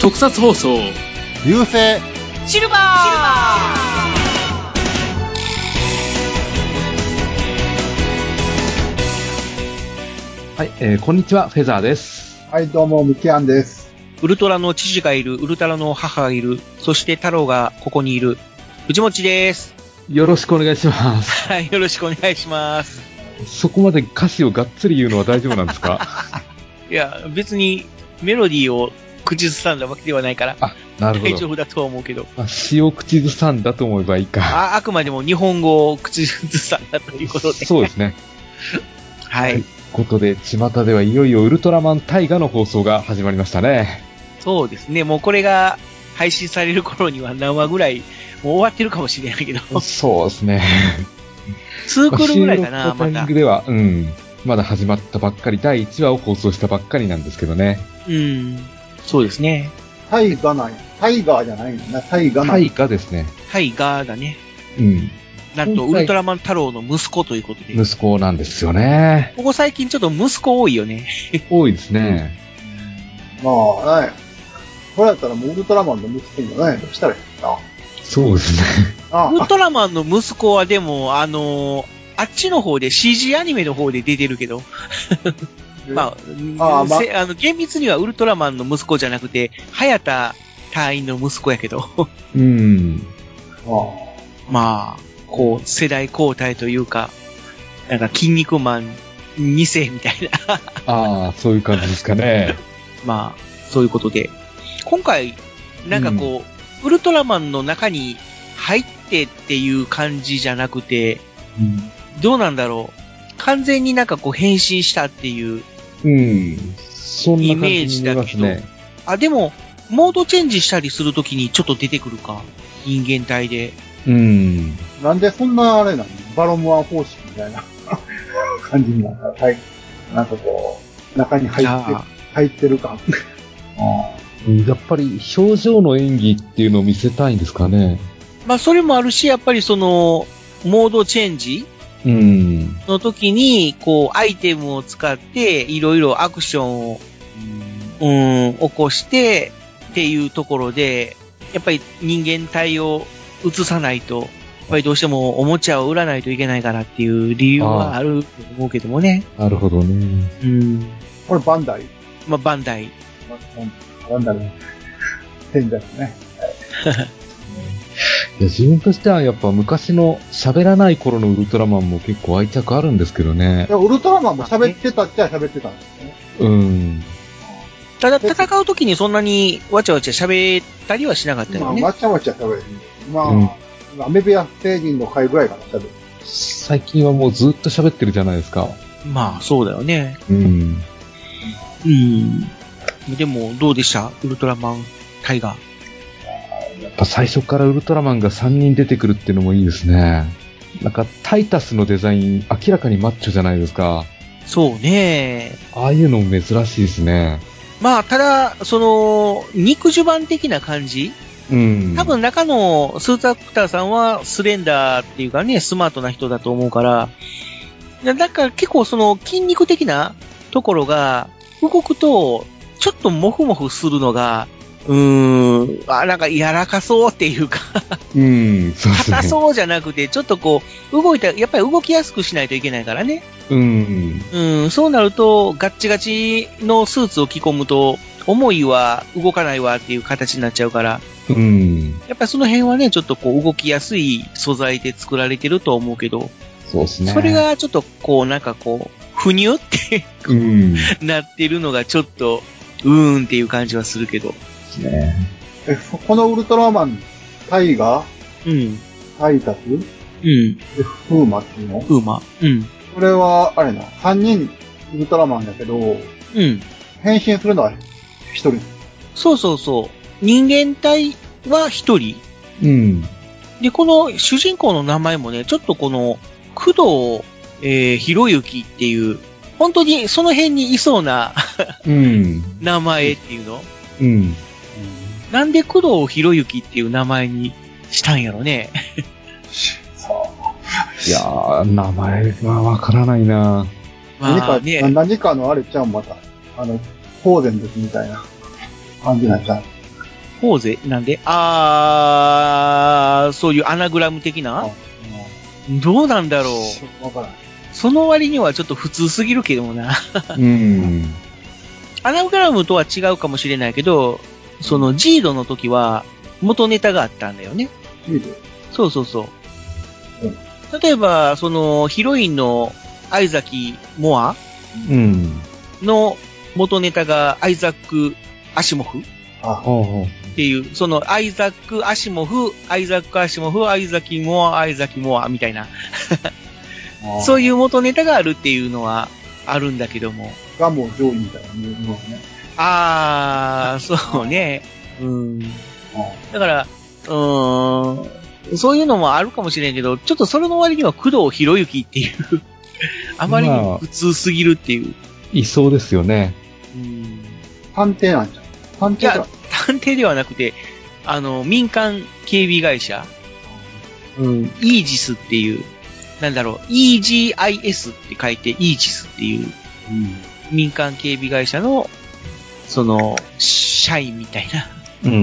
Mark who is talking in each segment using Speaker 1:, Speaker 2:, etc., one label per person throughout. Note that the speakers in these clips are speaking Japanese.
Speaker 1: 特撮放送
Speaker 2: 流星
Speaker 3: シルバーシルバ
Speaker 4: はい、えーこんにちは、フェザーです。
Speaker 5: はい、どうも、ミキアンです。
Speaker 6: ウルトラの父がいる、ウルトラの母がいる、そして太郎がここにいる、藤持です。
Speaker 4: よろしくお願いします。
Speaker 6: はい、よろしくお願いします。
Speaker 4: そこまで歌詞をがっつり言うのは大丈夫なんで すか
Speaker 6: いや、別にメロディーを口ずさんだわけではないから、
Speaker 4: あ、なるほ
Speaker 6: 大丈
Speaker 4: ど。
Speaker 6: 夫だとは思うけど、
Speaker 4: まあ、詩を口ずさんだと思えばいいか。
Speaker 6: ああくまでも日本語を口ずさんだということで。
Speaker 4: そうですね。
Speaker 6: はい。
Speaker 4: ことで、巷ではいよいよウルトラマン大河の放送が始まりましたね。
Speaker 6: そうですね、もうこれが配信される頃には何話ぐらい、もう終わってるかもしれないけ ど、
Speaker 4: そうですね。
Speaker 6: 2クールぐらいか
Speaker 4: まあ
Speaker 6: な、
Speaker 4: 収録
Speaker 6: ま
Speaker 4: のタイミン
Speaker 6: た
Speaker 4: グ。では、うん。まだ始まったばっかり、第1話を放送したばっかりなんですけどね。
Speaker 6: うん。そうですね。
Speaker 5: タイガなんやタイガーじゃないんだな、タイガなんや
Speaker 4: 大河ですね。
Speaker 6: はい、ガーだね。
Speaker 4: うん。
Speaker 6: なんと、
Speaker 4: 今
Speaker 6: ウ
Speaker 4: 回
Speaker 6: ルトラマン太郎の息子ということで。
Speaker 4: 息子なんですよね。
Speaker 6: ここ最近ちょっと息子多いよね。
Speaker 4: 多いですね。
Speaker 5: まあ、ね。これやったらもうウルトラマンの息子じゃないどうしたらいいの
Speaker 4: そうですね。
Speaker 5: あ
Speaker 6: ウル
Speaker 5: あ、
Speaker 6: トラマンの息子はでも、あのーあっちの方で CG アニメの方で出てるけど、まあ、
Speaker 5: あーま
Speaker 6: せあの厳密にはウルトラマンの息子じゃなくて、早田隊員の息子やけど、
Speaker 4: うん。
Speaker 5: あ
Speaker 6: まあ、こう、世代交代というか、なんか、筋肉マン2世みたいな、
Speaker 4: ああ、そういう感じですかね。
Speaker 6: まあ、そういうことで、今回、なんかこう、ウルトラマンの中に入ってっていう感じじゃなくて、どうなんだろう。完全になんかこう変身したっていう。
Speaker 4: うん。そんな感じに見えます
Speaker 6: イメージ
Speaker 4: ね。
Speaker 6: あ、でも、モードチェンジしたりするときにちょっと出てくるか。人間体で。
Speaker 4: うん。
Speaker 5: なんでそんなあれなのバロムワン方式みたいな 感じになった。はい。なんかこう、中に入って
Speaker 6: あ、
Speaker 5: 入ってる感。あ
Speaker 4: やっぱり表情の演技っていうのを見せたいんですかね。
Speaker 6: まあ、それもあるし、やっぱりその、モードチェンジ
Speaker 4: うん。
Speaker 6: の時に、こう、アイテムを使って、いろいろアクションを、うん、起こして、っていうところで、やっぱり人間体を映さないと、やっぱりどうしてもおもちゃを売らないといけないからっていう理由はあると思うけどもね。
Speaker 4: なるほどね。
Speaker 6: うん。
Speaker 5: これバンダイ。
Speaker 6: まあ、バンダイ。
Speaker 5: バンダイの店だよね。
Speaker 4: いや自分としてはやっぱ昔の喋らない頃のウルトラマンも結構愛着あるんですけどね
Speaker 5: い。や、ウルトラマンも喋ってたっちゃ喋ってたんですよね。
Speaker 4: うん。
Speaker 6: ただ、戦う時にそんなにわちゃわちゃ喋ったりはしなかった
Speaker 5: ま
Speaker 6: よ
Speaker 5: あ、
Speaker 6: ね。
Speaker 5: わちゃわちゃ喋る。まあ、
Speaker 4: うん
Speaker 5: アメビア星人の回ぐらいから喋る。
Speaker 4: 最近はもうずっと喋ってるじゃないですか。
Speaker 6: まあ、そうだよね。
Speaker 4: うん。
Speaker 6: うん。でも、どうでしたウルトラマン、タイガー。
Speaker 4: やっぱ最初からウルトラマンが3人出てくるっていうのもいいですね。なんかタイタスのデザイン明らかにマッチョじゃないですか。
Speaker 6: そうね。
Speaker 4: ああいうのも珍しいですね。
Speaker 6: まあ、ただ、その、肉襦袢的な感じ
Speaker 4: うん。
Speaker 6: 多分中のスーツアクターさんはスレンダーっていうかね、スマートな人だと思うから、ななんか結構その筋肉的なところが動くと、ちょっとモフモフするのが、うーん、あ、なんか柔らかそうっていうか、
Speaker 4: うん、そうですね。
Speaker 6: 硬そうじゃなくて、ちょっとこう、動いた、やっぱり動きやすくしないといけないからね。
Speaker 4: うん。
Speaker 6: うん、そうなると、ガッチガチのスーツを着込むと、重いわ、動かないわっていう形になっちゃうから、
Speaker 4: うん。
Speaker 6: やっぱりその辺はね、ちょっとこう動きやすい素材で作られてると思うけど、
Speaker 4: そうですね。
Speaker 6: それ、がちょっとこうなんかこう、ふにゅって
Speaker 4: うん。で
Speaker 6: なってるのがちょっと、うーんっていう感じはするけど。
Speaker 4: すね。
Speaker 5: え、そこのウルトラマン、タイガ
Speaker 6: う
Speaker 5: ー、
Speaker 6: ん。
Speaker 5: タイタス、
Speaker 6: うん。
Speaker 5: でフーマっていうの
Speaker 6: うま。うん。
Speaker 5: これは、あれな、3人ウルトラマンだけど、
Speaker 6: うん。
Speaker 5: 変身するのは1人。
Speaker 6: そうそうそう。人間体は一人。
Speaker 4: うん。
Speaker 6: で、この主人公の名前もね、ちょっとこの、工藤、えー、ひろゆきっていう、本当にその辺にいそうな
Speaker 4: うん。
Speaker 6: 名前っていうの
Speaker 4: うん。
Speaker 6: なんで工藤博之っていう名前にしたんやろね。
Speaker 5: そう。
Speaker 4: いやー、名前はわからないな
Speaker 5: 何
Speaker 6: ま
Speaker 5: か、
Speaker 6: あね、
Speaker 5: 何かのあれちゃんまた、あの、ポーゼンですみたいな感じなんちゃう
Speaker 6: ポーゼなんであー、そういうアナグラム的などうなんだろう。
Speaker 5: う。わからん。
Speaker 6: その割にはちょっと普通すぎるけどもな。
Speaker 4: うん。
Speaker 6: アナグラムとは違うかもしれないけど、そのジードの時は元ネタがあったんだよね。
Speaker 5: ヒール
Speaker 6: そうそうそう
Speaker 5: うん。
Speaker 6: 例えば、そのヒロインのアイザキ・モア
Speaker 4: うん。
Speaker 6: の元ネタがアイザック・アシモフ
Speaker 5: あ、。
Speaker 4: ほうほう。
Speaker 6: っていう、そのアイザック・アシモフ、アイザック・アシモフ、アイザキ・モア、アイザキ・モアみたいな、そういうう元ネタがあるっていうのはあるんだけども。
Speaker 5: がもう上位みたいなのね。
Speaker 6: あー、そうね。うん。
Speaker 5: う
Speaker 6: だから、うーん、そういうのもあるかもしれんけど、ちょっとそれの割には工藤博之っていう、あまりにも普通すぎるっていう。
Speaker 4: いそうですよね。
Speaker 6: うん
Speaker 5: ん探偵なんちゃう探
Speaker 6: いや
Speaker 5: 偵だ。、
Speaker 6: 探偵ではなくて、あの、民間警備会社、うん、イージスっていう、なんだろう、EGIS って書いて、イージスっていう
Speaker 5: うん。
Speaker 6: 民間警備会社の、その、社員みたいな。
Speaker 4: うん。
Speaker 5: う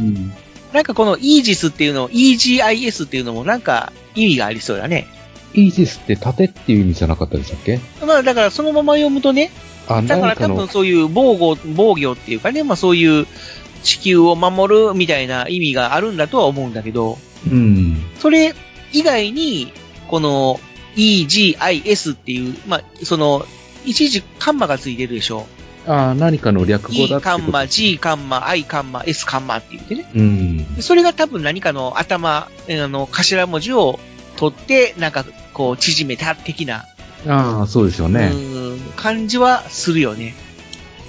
Speaker 5: ん。
Speaker 6: なんかこのイージスっていうの、EGIS っていうのもなんか意味がありそうだね。
Speaker 4: イージスって盾っていう意味じゃなかったでしたっけ
Speaker 6: まあだからそのまま読むとね、
Speaker 4: あ、
Speaker 6: だから
Speaker 4: 何か
Speaker 6: 多分
Speaker 4: の、
Speaker 6: そういう防護、防御っていうかね、まあそういう地球を守るみたいな意味があるんだとは思うんだけど、
Speaker 4: うん。
Speaker 6: それ以外に、この EGIS っていう、まあその、一時カンマがついてるでしょ。
Speaker 4: あー何かの略語
Speaker 6: E
Speaker 4: だって
Speaker 6: カ
Speaker 4: こと
Speaker 6: ンマ、G カンマ、I カンマ、S カンマって言ってね。
Speaker 4: うん。
Speaker 6: でそれが多分何かの頭、えーあの、頭文字を取って、なんかこう縮めた的な、
Speaker 4: ああ、そうですよね。
Speaker 6: うん感じはするよね。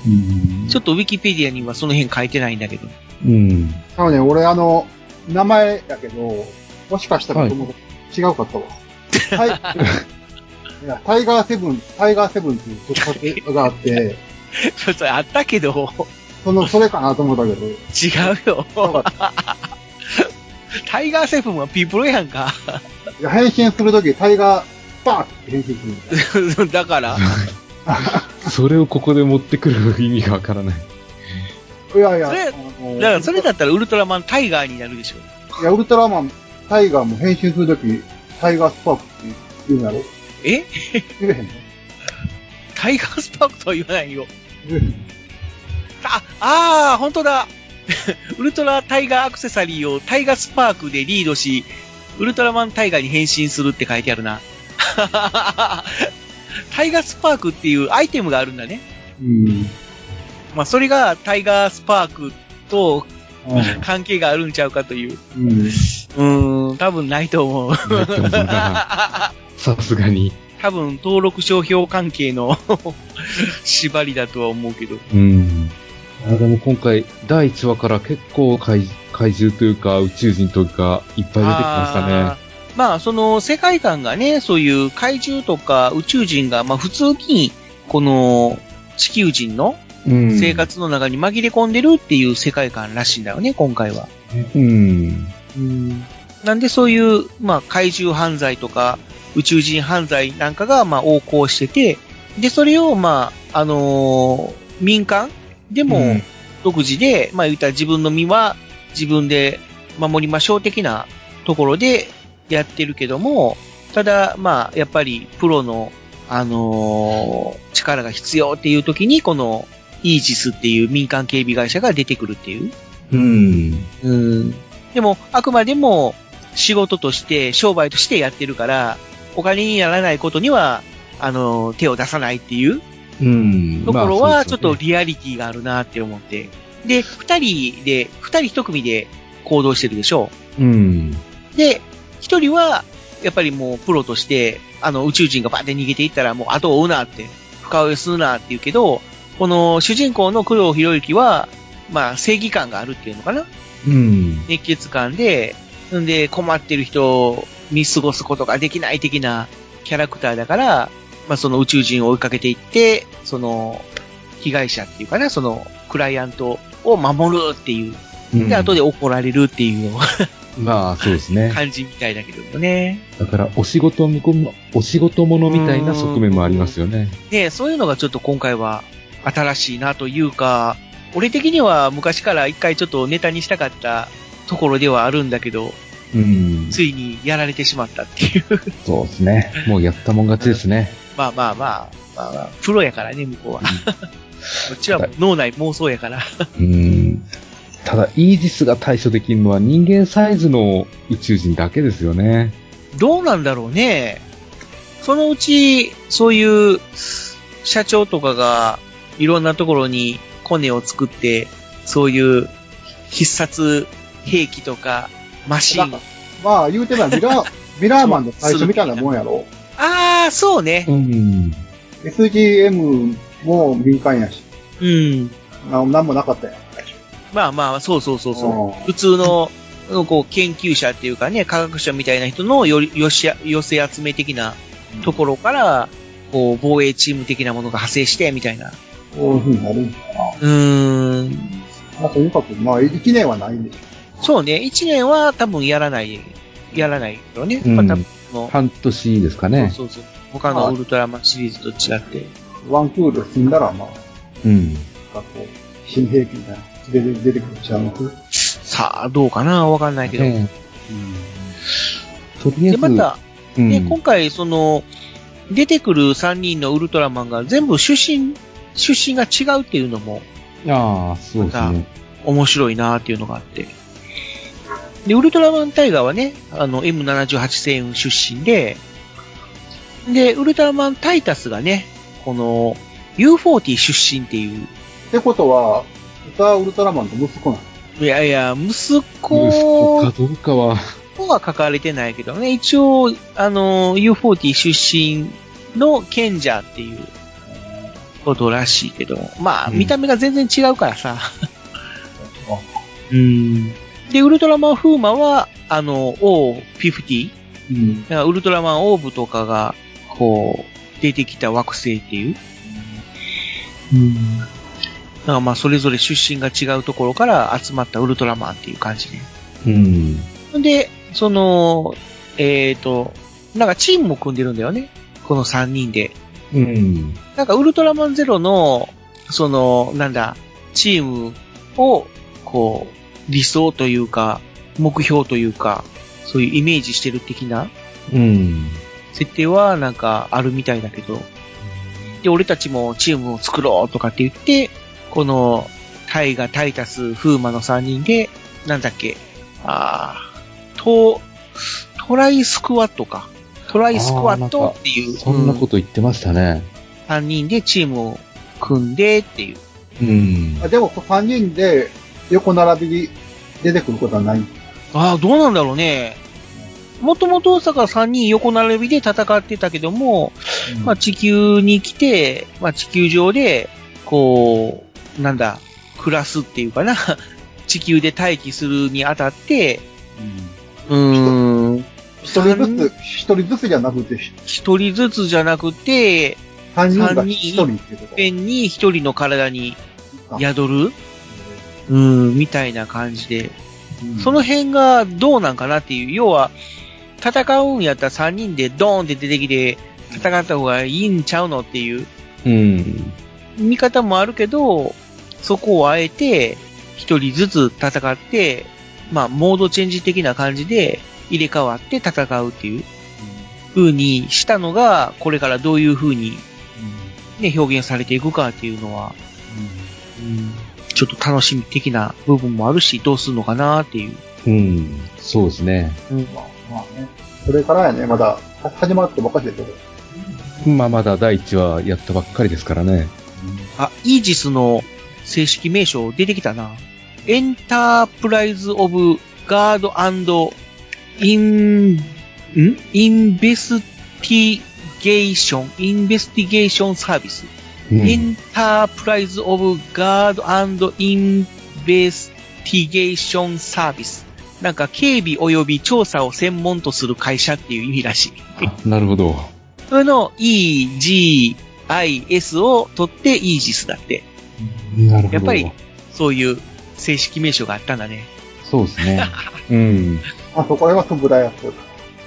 Speaker 5: うん。
Speaker 6: ちょっとウィキペディアにはその辺書いてないんだけど。
Speaker 4: うん。
Speaker 5: なので、俺、あの、名前やけど、もしかしたら、友達違うかったわ。 はい。いや、タイガーセブン、タイガーセブンっていうきっかけがあって、
Speaker 6: そうそう、あったけど、
Speaker 5: その、それかなと思ったけど、
Speaker 6: 違うよ。タイガーセブンはピープロやんか。
Speaker 5: いや変身するとき、タイガー、バーって変身するみたいな。
Speaker 6: だから、
Speaker 4: それをここで持ってくる意味がわか らない。
Speaker 5: いやいや、
Speaker 6: それ
Speaker 5: あの
Speaker 6: だからそれだったらウルトラマンタイガーになるでしょ。
Speaker 5: いや、ウルトラマン、タイガーも変身するとき、タイガースパークって言うんやろ
Speaker 6: え
Speaker 5: 言えへんの
Speaker 6: タイガースパークとは言わないよ。
Speaker 5: 言えへん
Speaker 6: あ、あー、本当だ。 ウルトラタイガーアクセサリーをタイガースパークでリードし、ウルトラマンタイガーに変身するって書いてあるな。 タイガースパークっていうアイテムがあるんだね。
Speaker 5: うん。
Speaker 6: まあ、それがタイガースパークと
Speaker 5: う
Speaker 6: 関係があるんちゃうかという。
Speaker 5: ん。
Speaker 6: うーん、多分ないと思う。
Speaker 4: ないと思うなさすがに。
Speaker 6: 多分登録商標関係の 縛りだとは思うけど。
Speaker 4: うん。あでも今回、第1話から結構怪怪獣というか宇宙人というかいっぱい出てきましたね
Speaker 6: あ。ーまあ、その世界観がね、そういう怪獣とか宇宙人が、まあ普通に、この地球人の
Speaker 4: うん。
Speaker 6: 生。活の中に紛れ込んでるっていう世界観らしいんだよね、今回は。
Speaker 4: うん。
Speaker 6: なんでそういう、まあ怪獣犯罪とか宇宙人犯罪なんかが、まあ横行してて、で、それを、まあ、あのー民間でも、
Speaker 4: うん
Speaker 6: 独自で、まあ言ったら自分の身は自分で守りましょう的なところでやってるけども、ただ、まあやっぱりプロの、あのー力が必要っていう時に、このイージスっていう民間警備会社が出てくるっていう。
Speaker 4: うん。
Speaker 6: うん。でも、あくまでも仕事として、商売としてやってるから、お金にならないことには、あのー手を出さないっていう。
Speaker 4: うん。
Speaker 6: ところ
Speaker 4: まあ
Speaker 6: は、ち
Speaker 4: そ
Speaker 6: ょっ
Speaker 4: うです
Speaker 6: と
Speaker 4: よね
Speaker 6: リアリティがあるなって思って。で、二人で、二人一組で行動してるでしょ
Speaker 4: うん。
Speaker 6: で、一人は、やっぱりもうプロとして、あの宇宙人がバーって逃げていったらもう後を追うなって、深追いするなって言うけど、この主人公の工藤博之は、まあ正義感があるっていうのかな
Speaker 4: うん。
Speaker 6: 熱血感で、んで困ってる人を見過ごすことができない的なキャラクターだから、まあその宇宙人を追いかけていって、その被害者っていうかな、そのクライアントを守るっていう。
Speaker 4: うん
Speaker 6: で、後で怒られるっていうの
Speaker 4: まあ、そうですね。
Speaker 6: 感じみたいだけどもね。
Speaker 4: だから、お仕事向こうも、お仕事ものみたいな側面もありますよね。
Speaker 6: ねそういうのがちょっと今回は新しいなというか、俺的には昔から一回ちょっとネタにしたかったところではあるんだけど、
Speaker 4: うん。
Speaker 6: ついにやられてしまったっていう。
Speaker 4: そうですね。もうやったもん勝ちですね。
Speaker 6: まあまあまあ、まあまあ、プロやからね、向こうは。 こっちはもう脳内妄想やから。
Speaker 4: うん。ただ、イージスが対処できるのは人間サイズの宇宙人だけですよね。
Speaker 6: どうなんだろうね。そのうち、そういう社長とかがいろんなところにコネを作って、そういう必殺兵器とかマシン。
Speaker 5: まあ、言うてみればミラー、 ミラーマンの最初みたいなもんやろ。
Speaker 6: ああ、そうね。
Speaker 4: うん。
Speaker 5: SGM も民間やし、
Speaker 6: うん。
Speaker 5: ななんもなかったやん。
Speaker 6: まあまあ、そうそうそう
Speaker 5: うん
Speaker 6: そう。普通の、こう、研究者っていうかね、科学者みたいな人のよりよしあ寄せ集め的なところから、こう、防衛チーム的なものが派生して、みたいな。
Speaker 5: こういう風になるんか
Speaker 6: うーん。
Speaker 5: な。まあ、とにかく、まあ、1年はないんでし
Speaker 6: そうね、1年は多分やらない、やらないよね。
Speaker 4: うん
Speaker 6: また、の、
Speaker 4: 半年です
Speaker 6: そ
Speaker 4: か
Speaker 6: う
Speaker 4: ね。
Speaker 6: そうそう。他のウルトラマンシリーズと違って。
Speaker 5: ょ。ワンクール済んだら、まあ、
Speaker 4: う
Speaker 5: なん
Speaker 4: ん。
Speaker 5: かこう、新兵器みたいな、出て出てくるんちゃうの
Speaker 6: さあ、どうかなわかんないけど。
Speaker 4: ええとりあ
Speaker 6: で、
Speaker 4: えず、
Speaker 6: また、
Speaker 4: うん
Speaker 6: ね、今回、その、出てくる3人のウルトラマンが全部出身、出身が違うっていうのも
Speaker 4: ああ、そうですね。
Speaker 6: 面白いなっていうのがあって。で、ウルトラマンタイガーはね、あの、M78 星雲出身で、で、ウルトラマンタイタスがね、この、U40 出身っていう、
Speaker 5: ってことは、ザ・ウルトラマンと息子なの。
Speaker 6: いやいや、息
Speaker 4: 息子
Speaker 6: 子
Speaker 4: かどうかは、
Speaker 6: とは書かれてないけどね、一応、あの、U40 出身の賢者っていうことらしいけど、まあ、
Speaker 4: うん
Speaker 6: 見た目が全然違うからさ。うん。で、ウルトラマンフーマは、あの、O50?
Speaker 5: うん。
Speaker 6: だからウルトラマンオーブとかが、こう、出てきた惑星っていう。うん。だからまあ、それぞれ出身が違うところから集まったウルトラマンっていう感じ
Speaker 4: うん。
Speaker 6: で。で、その、えっ、と、なんかチームも組んでるんだよね。この3人で。
Speaker 4: うん。
Speaker 6: なんかウルトラマンゼロの、その、なんだ、チームを、こう、理想というか、目標というか、そういうイメージしてる的な
Speaker 4: うん。
Speaker 6: 設定はなんかあるみたいだけど、で、俺たちもチームを作ろうとかって言って、この、タイガ、タイタス、フーマの3人で、なんだっけ、あート、トライスクワットか。トライスクワットっていう、
Speaker 4: そんなこと言ってましたね。
Speaker 6: 3人でチームを組んでっていう。
Speaker 4: うん。
Speaker 5: あでも、3人で横並びに出てくることはない。
Speaker 6: ああ、どうなんだろうね。もともと大阪3人横並びで戦ってたけども、まあ、地球に来て、まあ、地球上で、こう、なんだ、暮らすっていうかな、 地球で待機するにあたって、うーん、
Speaker 5: 一人ずつ、一人ずつじゃなくて、
Speaker 6: 一人ずつじゃなくて、
Speaker 5: 三人が一人っていうこ
Speaker 6: ペンに一人の体に
Speaker 5: とか。
Speaker 6: 宿る、うーん、みたいな感じで、
Speaker 5: うん
Speaker 6: その辺がどうなんかなっていう。要は、戦うんやったら3人でドーンって出てきて、戦った方がいいんちゃうのっていう
Speaker 4: うん。
Speaker 6: 見方もあるけど、そこをあえて、1人ずつ戦って、まあ、モードチェンジ的な感じで入れ替わって戦うっていう風にしたのが、これからどういう風に、ね、表現されていくかっていうのは、ちょっと楽しみ的な部分もあるし、どうするのかなっていう。
Speaker 4: うん。そうですね。
Speaker 5: まあまあね。それからやね、まだ、は始まってばっかりだけど。
Speaker 4: まあ、まだ第一話やったばっかりですからね。
Speaker 6: あ、イージスの正式名称出てきたな。エンタープライズ・オブ・ガードイン、んインベスティゲーション、インベスティゲーションサービス。
Speaker 4: う
Speaker 6: エ
Speaker 4: ん。
Speaker 6: ンタープライズ・オブ・ガードインベスティゲーションサービス。なんか、警備及び調査を専門とする会社っていう意味らし い。
Speaker 4: あなるほど。
Speaker 6: それの EGIS を取ってイージスだって。
Speaker 4: なるほど。
Speaker 6: やっぱりそういう正式名称があったんだね。
Speaker 4: そうで すね。うん。
Speaker 5: あとこれはトムラヤと、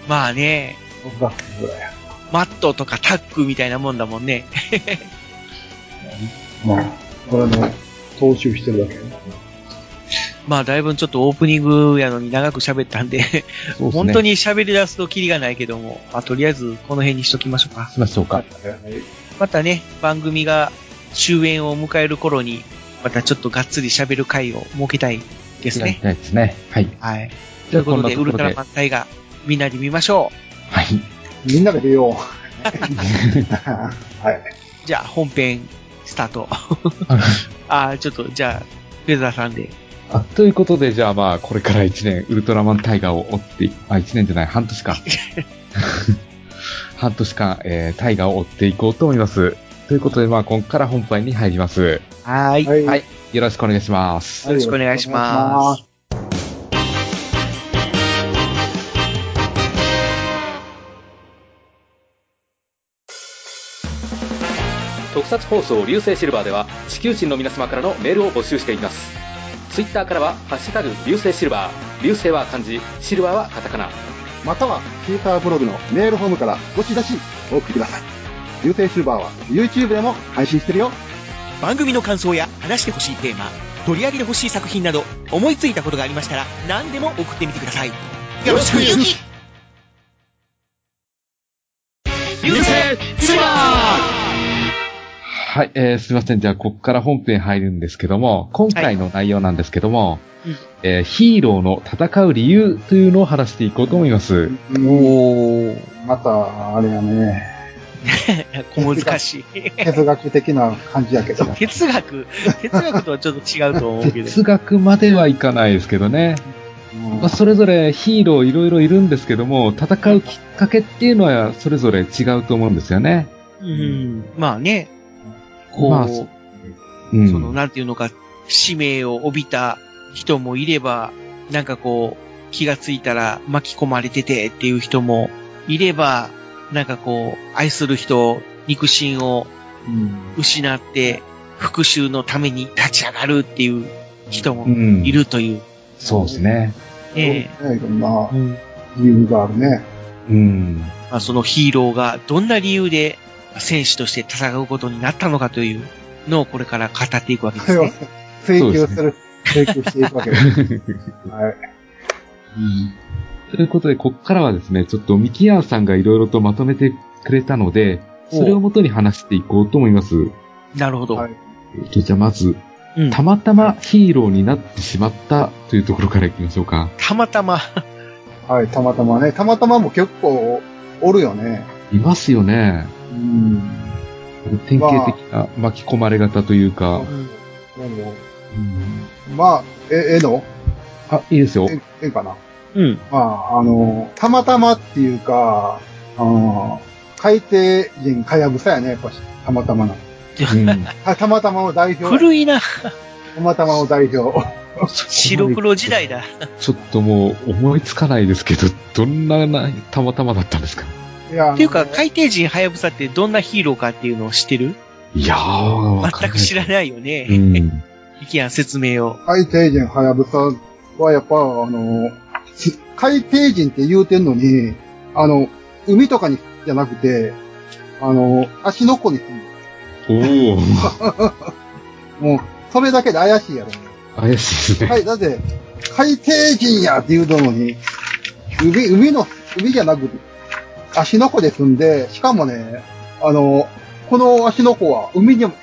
Speaker 6: まあね、
Speaker 5: 僕がトムラヤ。
Speaker 6: マットとかタックみたいなもんだもんね。
Speaker 5: まあ、これの踏襲してるわけね。
Speaker 6: まあだいぶちょっとオープニングやのに長く喋ったんで、
Speaker 4: そうですね。
Speaker 6: 本当。に喋り出すとキリがないけども、まあとりあえずこの辺にしときましょうか。
Speaker 4: しましょうか。
Speaker 5: はい
Speaker 6: またね、番組が終焉を迎える頃に、またちょっとがっつり喋る回を設けたいです
Speaker 4: やり
Speaker 6: ね。
Speaker 4: たいですね。はい。
Speaker 6: はい。と
Speaker 4: じゃ
Speaker 6: い
Speaker 4: あ、
Speaker 6: う
Speaker 4: こ
Speaker 6: こと
Speaker 4: んな
Speaker 6: で、
Speaker 4: とこ
Speaker 6: ウル
Speaker 4: ろ
Speaker 6: トラ
Speaker 4: で。
Speaker 6: マン
Speaker 4: は
Speaker 6: 隊がみんなで見ましょう。
Speaker 4: い。
Speaker 5: みんなで出よう。はい。
Speaker 6: じゃあ本編スタート。
Speaker 4: あ
Speaker 6: あーちょっとじゃあ、フェザーさんで。
Speaker 4: あということで、じゃあまあ、これから1年、ウルトラマンタイガーを追ってい、あ、1年じゃない、半年間。 半年間、えー、タイガーを追っていこうと思います。ということで、まあ、今から本編に入ります。
Speaker 6: はーい。
Speaker 5: はい。
Speaker 4: はいよろしくお願いします。
Speaker 6: よろしくお願いします
Speaker 1: 特撮放送流星シルバーでは地球人の皆様からのメールを募集していますツイッターからは「ハッシュタグ流星シルバー」流星は漢字シルバーはカタカナ
Speaker 5: または、ツイッターブログのメールフォームからどしどしお送りください。流星シルバーは YouTube でも配信してるよ。
Speaker 6: 番組の感想や話してほしいテーマ、取り上げてほしい作品など、思いついたことがありましたら、何でも送ってみてください。よろしく、ゆき
Speaker 3: 流星シルバ
Speaker 4: はい、えー、すいません。じゃあ、ここから本編入るんですけども、今回の内容なんですけども、
Speaker 6: うん
Speaker 4: えーヒーローの戦う理由というのを話していこうと思います。
Speaker 5: も
Speaker 6: お ー。
Speaker 5: う、また、あれ やね、
Speaker 6: 小難しい。
Speaker 5: 哲学的な感じやけど。
Speaker 6: 哲 学、哲学とはちょっと違うと思うけ ど。
Speaker 4: 哲学まではいかないですけどね。
Speaker 5: うん
Speaker 4: まあ、それぞれヒーローいろいろいるんですけども、戦うきっかけっていうのはそれぞれ違うと思うんですよね。
Speaker 6: うん。まあね、こう、
Speaker 4: まあそうん。
Speaker 6: その、なんていうのか、使命を帯びた人もいれば、なんかこう、気がついたら巻き込まれててっていう人もいれば、なんかこう、愛する人、肉親を
Speaker 5: うん
Speaker 6: 失って、復讐のために立ち上がるっていう人
Speaker 4: う
Speaker 6: も
Speaker 4: ん。
Speaker 6: い。るという。
Speaker 4: そうですね。
Speaker 6: え
Speaker 5: そうねいろんな
Speaker 6: えうん
Speaker 5: 理由があるね。
Speaker 4: うん。
Speaker 6: まあ、そのヒーローがどんな理由で戦士として戦うことになったのかというのをこれから語っていくわけで
Speaker 5: そ
Speaker 6: す
Speaker 5: れを
Speaker 6: ね。
Speaker 5: 追求する、追求していくわけ です。はい。
Speaker 4: ということで、ここからはですね、ちょっとミキアンさんがいろいろとまとめてくれたので、それをもとに話していこうと思います。
Speaker 6: なるほど。
Speaker 5: はい
Speaker 4: じゃあまず、
Speaker 6: うん
Speaker 4: たまたまヒーローになってしまったというところからいきましょうか。
Speaker 6: たまたま、
Speaker 5: はい、たまたまね。たまたまも結構おるよね。
Speaker 4: いますよね。
Speaker 5: うん。
Speaker 4: 典型的な巻き込まれ方という
Speaker 5: な
Speaker 4: か。
Speaker 5: んだろ
Speaker 4: うん
Speaker 5: うまあ、え、えの
Speaker 4: あ、いいですよ。
Speaker 5: え、えかな。
Speaker 6: うん。
Speaker 5: まあ、あの、たまたまっていうか、あの海底人、かやぶさやね、やっぱし、たまたまな。
Speaker 4: うん
Speaker 5: たたまたまの代表。
Speaker 6: 古いな。
Speaker 5: たまたまの代表。
Speaker 6: 白黒時代だ。
Speaker 4: ちょっともう思いつかないですけど、どんななたまたまだったんですか
Speaker 5: いや、あの
Speaker 6: っていうか、海底人ハヤブサってどんなヒーローかっていうのを知ってる
Speaker 4: いやー、わか
Speaker 6: 全
Speaker 4: ん
Speaker 6: く知らないよ
Speaker 4: う
Speaker 6: ね。
Speaker 4: ん。
Speaker 6: いきやん説明を。
Speaker 5: 海底人、はやぶさは、やっぱ、あの、す海底人って言うてんのに、あの、海とかに、じゃなくて、あの、足の湖に住んで
Speaker 4: おー、
Speaker 5: るもう、それだけで怪しいやろ、
Speaker 4: 怪しいですね。
Speaker 5: はい、だって、海底人やって言うとのに、海、海の、海じゃなくて、足の湖で住んで、しかもね、あの、この足の湖は海にも、い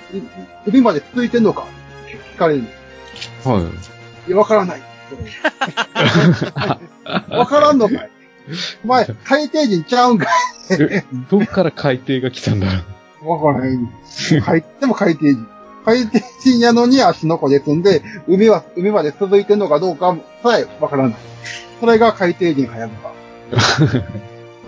Speaker 5: 海まで続いてんのか聞かれる。
Speaker 4: はい。
Speaker 5: いや、わからない。わからんのかいお前、海底人ちゃうんかい
Speaker 4: え どっから海底が来たんだろう。
Speaker 5: わからへん。海でも海底人。海底人やのに足の湖で積んで、海は、海まで続いてんのかどうかさえわからない。それが海底人はやぶか。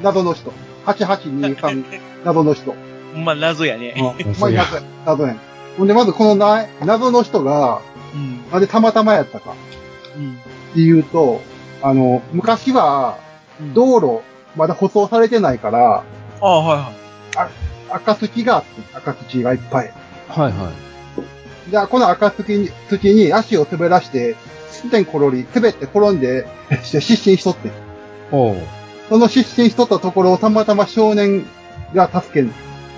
Speaker 5: 謎の人。8823、謎の人。
Speaker 6: ほんま謎やね。
Speaker 5: お前謎や。謎やん。ほんで、まずこのな謎の人が、
Speaker 6: うん。
Speaker 5: なんでたまたまやったかっていうと、あの、昔は、
Speaker 6: うん。う
Speaker 5: 道路、まだ舗装されてないから、
Speaker 6: ああ、はいはい。
Speaker 5: 赤土があって、赤土がいっぱい。
Speaker 4: はいは
Speaker 5: じゃあ、この赤月に、月に足を滑らして、すでに転り、滑って転んで、して失神しとって。
Speaker 4: おう。
Speaker 5: その失神しとったところをたまたま少年が助ける。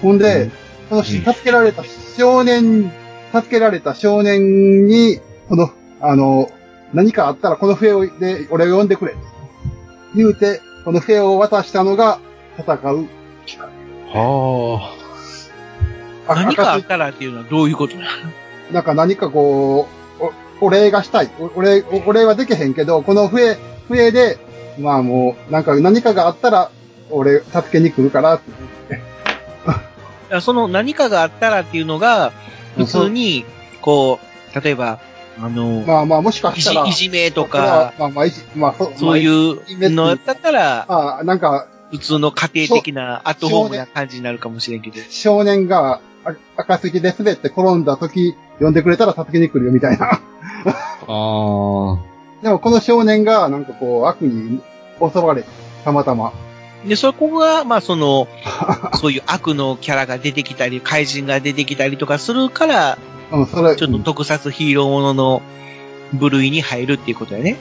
Speaker 5: ほんで、
Speaker 4: うん
Speaker 5: そのし
Speaker 4: うん
Speaker 5: 助けられた少年、助けられた少年に、この、あの、何かあったらこの笛をで俺を呼んでくれ。言うて、この笛を渡したのが戦う。
Speaker 4: は
Speaker 5: あ
Speaker 6: 何かあ
Speaker 5: 赤
Speaker 6: っ
Speaker 5: す
Speaker 6: たらっていうのはどういうことなの
Speaker 5: なんか何かこう、おお礼がしたい。おお礼、おお礼はできへんけど、この笛、笛で、まあもう、なんか何かがあったら、俺、助けに来るからって。
Speaker 6: だからその何かがあったらっていうのが、普通に、こう、例えば、あの、
Speaker 5: まあまあ、もしか
Speaker 6: い
Speaker 5: し
Speaker 6: じ
Speaker 5: たら。
Speaker 6: いじめと
Speaker 5: それは
Speaker 6: か、
Speaker 5: まあまあ、いじまあ、そ。
Speaker 6: そういううのやったら、
Speaker 5: まあ、なんか、
Speaker 6: 普通の家庭的な、アットホームな感じになるかもしれんけど。
Speaker 5: 少年があ赤すぎで滑って転んだ時、呼んでくれたら助けに来るよ、みたいな。
Speaker 4: あ。あ
Speaker 5: でも、この少年が、なんかこう、悪に襲われて、たまたま。
Speaker 6: で、そこが、まあその、そういう悪のキャラが出てきたり、怪人が出てきたりとかするから、
Speaker 5: うん、それ、
Speaker 6: ちょっと特撮ヒーローものの部類に入るっていうことだよね。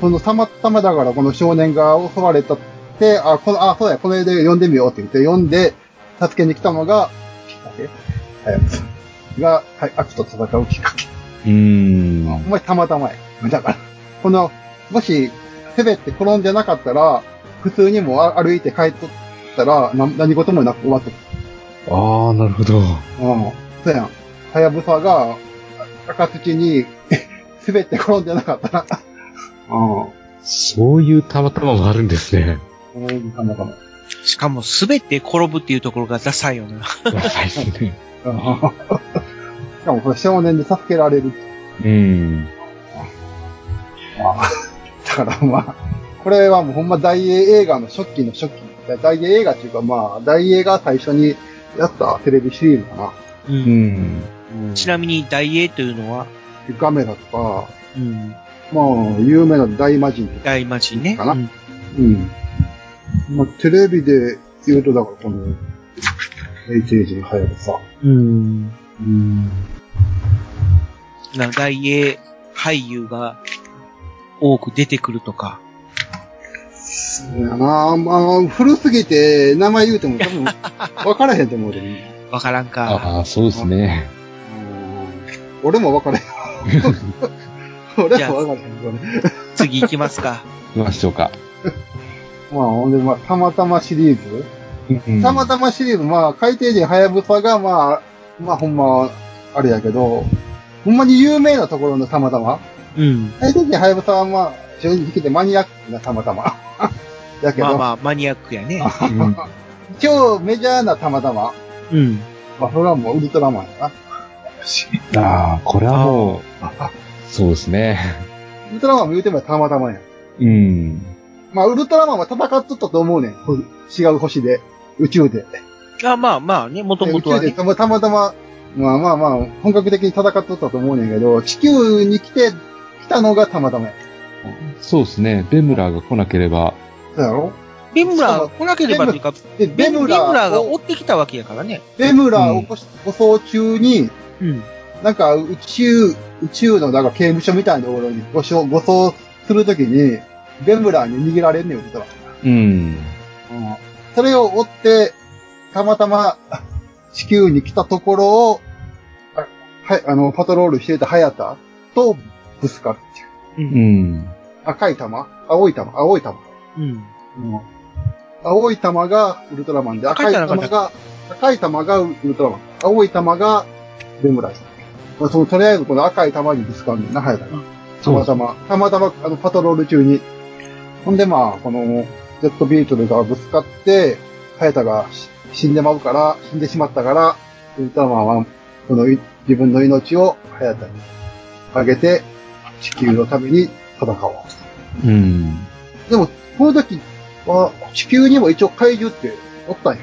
Speaker 5: その、たまたまだから、この少年が襲われたって、あ、この、あ、そうや、この絵で呼んでみようって言って、呼んで、助けに来たのが、きっかけはい。が、はい、悪と戦うきっかけ。
Speaker 4: ー。うーん。
Speaker 5: お前たまたまや。だから、この、もし、滑って転んでなかったら、普通にもうあ歩いて帰っとったら、な何事もなく終わってる。
Speaker 4: ああ、なるほど。
Speaker 5: うん。そうやん。はやぶさが、暁に、 滑って転んでなかったら、う
Speaker 4: そういうたまたまもあるんですね。
Speaker 5: ん。うん、たまたま。
Speaker 6: しかも全て転ぶっていうところがダサいよな。
Speaker 4: ダサいですね。
Speaker 5: うん。しかも、これ少年に助けられる。
Speaker 4: うん。
Speaker 5: まあ、だからまあ、これはもうほんま大映映画の初期の初期。大映映画っていうかまあ、大映が最初にやったテレビシリーズかな。
Speaker 4: うん。
Speaker 6: ちなみに大英というのは、
Speaker 5: ガメラとか、
Speaker 6: うん、
Speaker 5: まあ、有名な大魔人とか。
Speaker 6: 大魔人ね。
Speaker 5: かな
Speaker 6: うん
Speaker 5: うん。まあ、テレビで言うと、だからこの、メイテージのハヤブ サ。
Speaker 6: うん。
Speaker 5: うん。
Speaker 6: な大英俳優が多く出てくるとか。
Speaker 5: そうやなまあ、古すぎて、名前言うても多分、分からへんと思うで、ね、
Speaker 6: わからんか。
Speaker 4: ああ、そうですね。
Speaker 5: うん俺も分 からへん。俺も分からへん。これ
Speaker 6: 次行きますか。
Speaker 4: いきましょうか。
Speaker 5: まあ、ほんで、まあ、たまたまシリーズ
Speaker 4: うん
Speaker 5: たまたまシリーズ、まあ、海底人ハヤブサが、まあ、まあ、ほんま、あれやけど、ほんまに有名なところのたまたま。
Speaker 6: うん。
Speaker 5: 海底人ハヤブサは、まあ、正直でマニアックなたまたま。 だけど、
Speaker 6: まあまあ、マニアックやね。
Speaker 4: うん
Speaker 5: 超メジャーなたまたま。
Speaker 6: うん。
Speaker 5: まあ、それはもうウルトラマンやな。
Speaker 4: ああ、これはもう、そうですね。
Speaker 5: ウルトラマンも言うてもたまたまや。
Speaker 4: うん。
Speaker 5: まあ、ウルトラマンは戦っとったと思うねん。ほ違う星で、宇宙で。
Speaker 6: あまあまあね、もともと
Speaker 5: 宇宙
Speaker 6: は
Speaker 5: で
Speaker 6: ね。
Speaker 5: たまたままあまあまあ、本格的に戦っとったと思うねんけど、地球に来て、来たのがたまたまや。
Speaker 4: そうですね。ベムラーが来なければ、
Speaker 5: そうやろ
Speaker 6: ベムラーが来なければというか、ベ
Speaker 5: で、ベ
Speaker 6: ム
Speaker 5: ム
Speaker 6: ラ
Speaker 5: ラ
Speaker 6: ー
Speaker 5: ー
Speaker 6: が
Speaker 5: を
Speaker 6: 追、ってきたわけやからね。
Speaker 5: ベムラーをこし護送中に、
Speaker 6: うん。
Speaker 5: なんか宇宙、宇宙のなんか刑務所みたいなところに護送、護送するときに、ベムラーに逃げられんねん、ウルトラ
Speaker 4: うん。
Speaker 5: マン。それを追って、たまたま地球に来たところを、あはい、あの、パトロールしていたハヤタとぶつかるっていう。
Speaker 4: うん。
Speaker 5: 赤い玉青い玉青い玉。
Speaker 6: うん。
Speaker 5: 青い玉がウルトラマンで、
Speaker 6: 赤
Speaker 5: 赤
Speaker 6: い
Speaker 5: い
Speaker 6: 玉
Speaker 5: 玉が、赤い玉がウルトラマン。青い玉がベムライまあ、その、とりあえずこの赤い玉にぶつかるんだな、早田が。たまたま、たまたま、あの、パトロール中に。ほんで、まあ、この、ジェットビートルがぶつかって、早田がし死んでまうから、死んでしまったから、ウルトラマンは、このい、自分の命を早田にあげて、地球のために戦おう。
Speaker 4: うん。
Speaker 5: でも、この時は、地球にも一応怪獣っておったんや。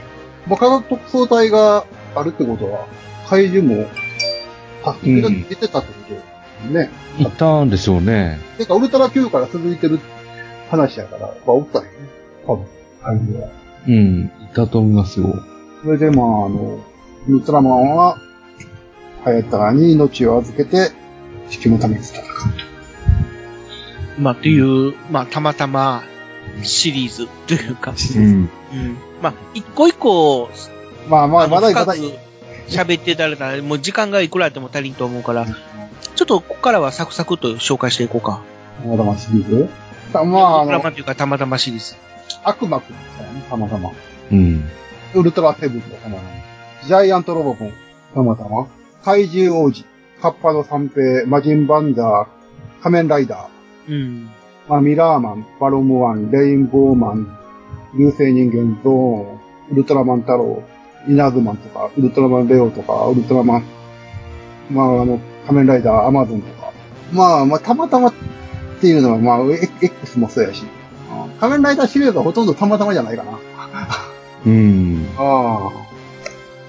Speaker 5: まあ、科学特捜隊があるってことは、怪獣も、助けが出てたってことよね。
Speaker 4: いたんでしょうね。
Speaker 5: てか、ウルトラ Q から続いてる話やから、まあ、おったんやね。多分、怪獣は。
Speaker 4: うん。いたと思いますよ。
Speaker 5: それで、まあ、あの、ウルトラマンは、ハヤタラに命を預けて、地球のために戦うと。
Speaker 6: まあ、という、まあ、たまたまシリーズというか、
Speaker 4: うん。
Speaker 6: うん。まあ、一個一個、
Speaker 5: まあまあ、
Speaker 6: あの
Speaker 5: まだま
Speaker 6: 深
Speaker 5: だ、
Speaker 6: く喋ってたら、もう時間がいくらあっても足りんと思うから、ちょっとここからはサクサクと紹介していこうか。
Speaker 5: まだまシリーズさまあ、あ
Speaker 6: ドラ
Speaker 5: の、
Speaker 6: マというか、たまたまシリーズ。
Speaker 5: 悪魔くんですからね、たまたま。
Speaker 4: うん。
Speaker 5: ウルトラセブンとかたまたま。ジャイアントロボコン、たまたま。怪獣王子、カッパの三平、マジンバンダー、仮面ライダー。
Speaker 6: うん。
Speaker 5: まあ、ミラーマン、バロムワン、レインボーマン、流星人間ゾーン、ウルトラマン太郎、イナズマンとか、ウルトラマンレオとか、ウルトラマン、まあ、あの、仮面ライダー、アマゾンとか。まあ、まあ、たまたまっていうのは、まあ、エ X もそうやし。あー仮面ライダーシリーズはほとんどたまたまじゃないかな。
Speaker 4: うん。
Speaker 5: ああ。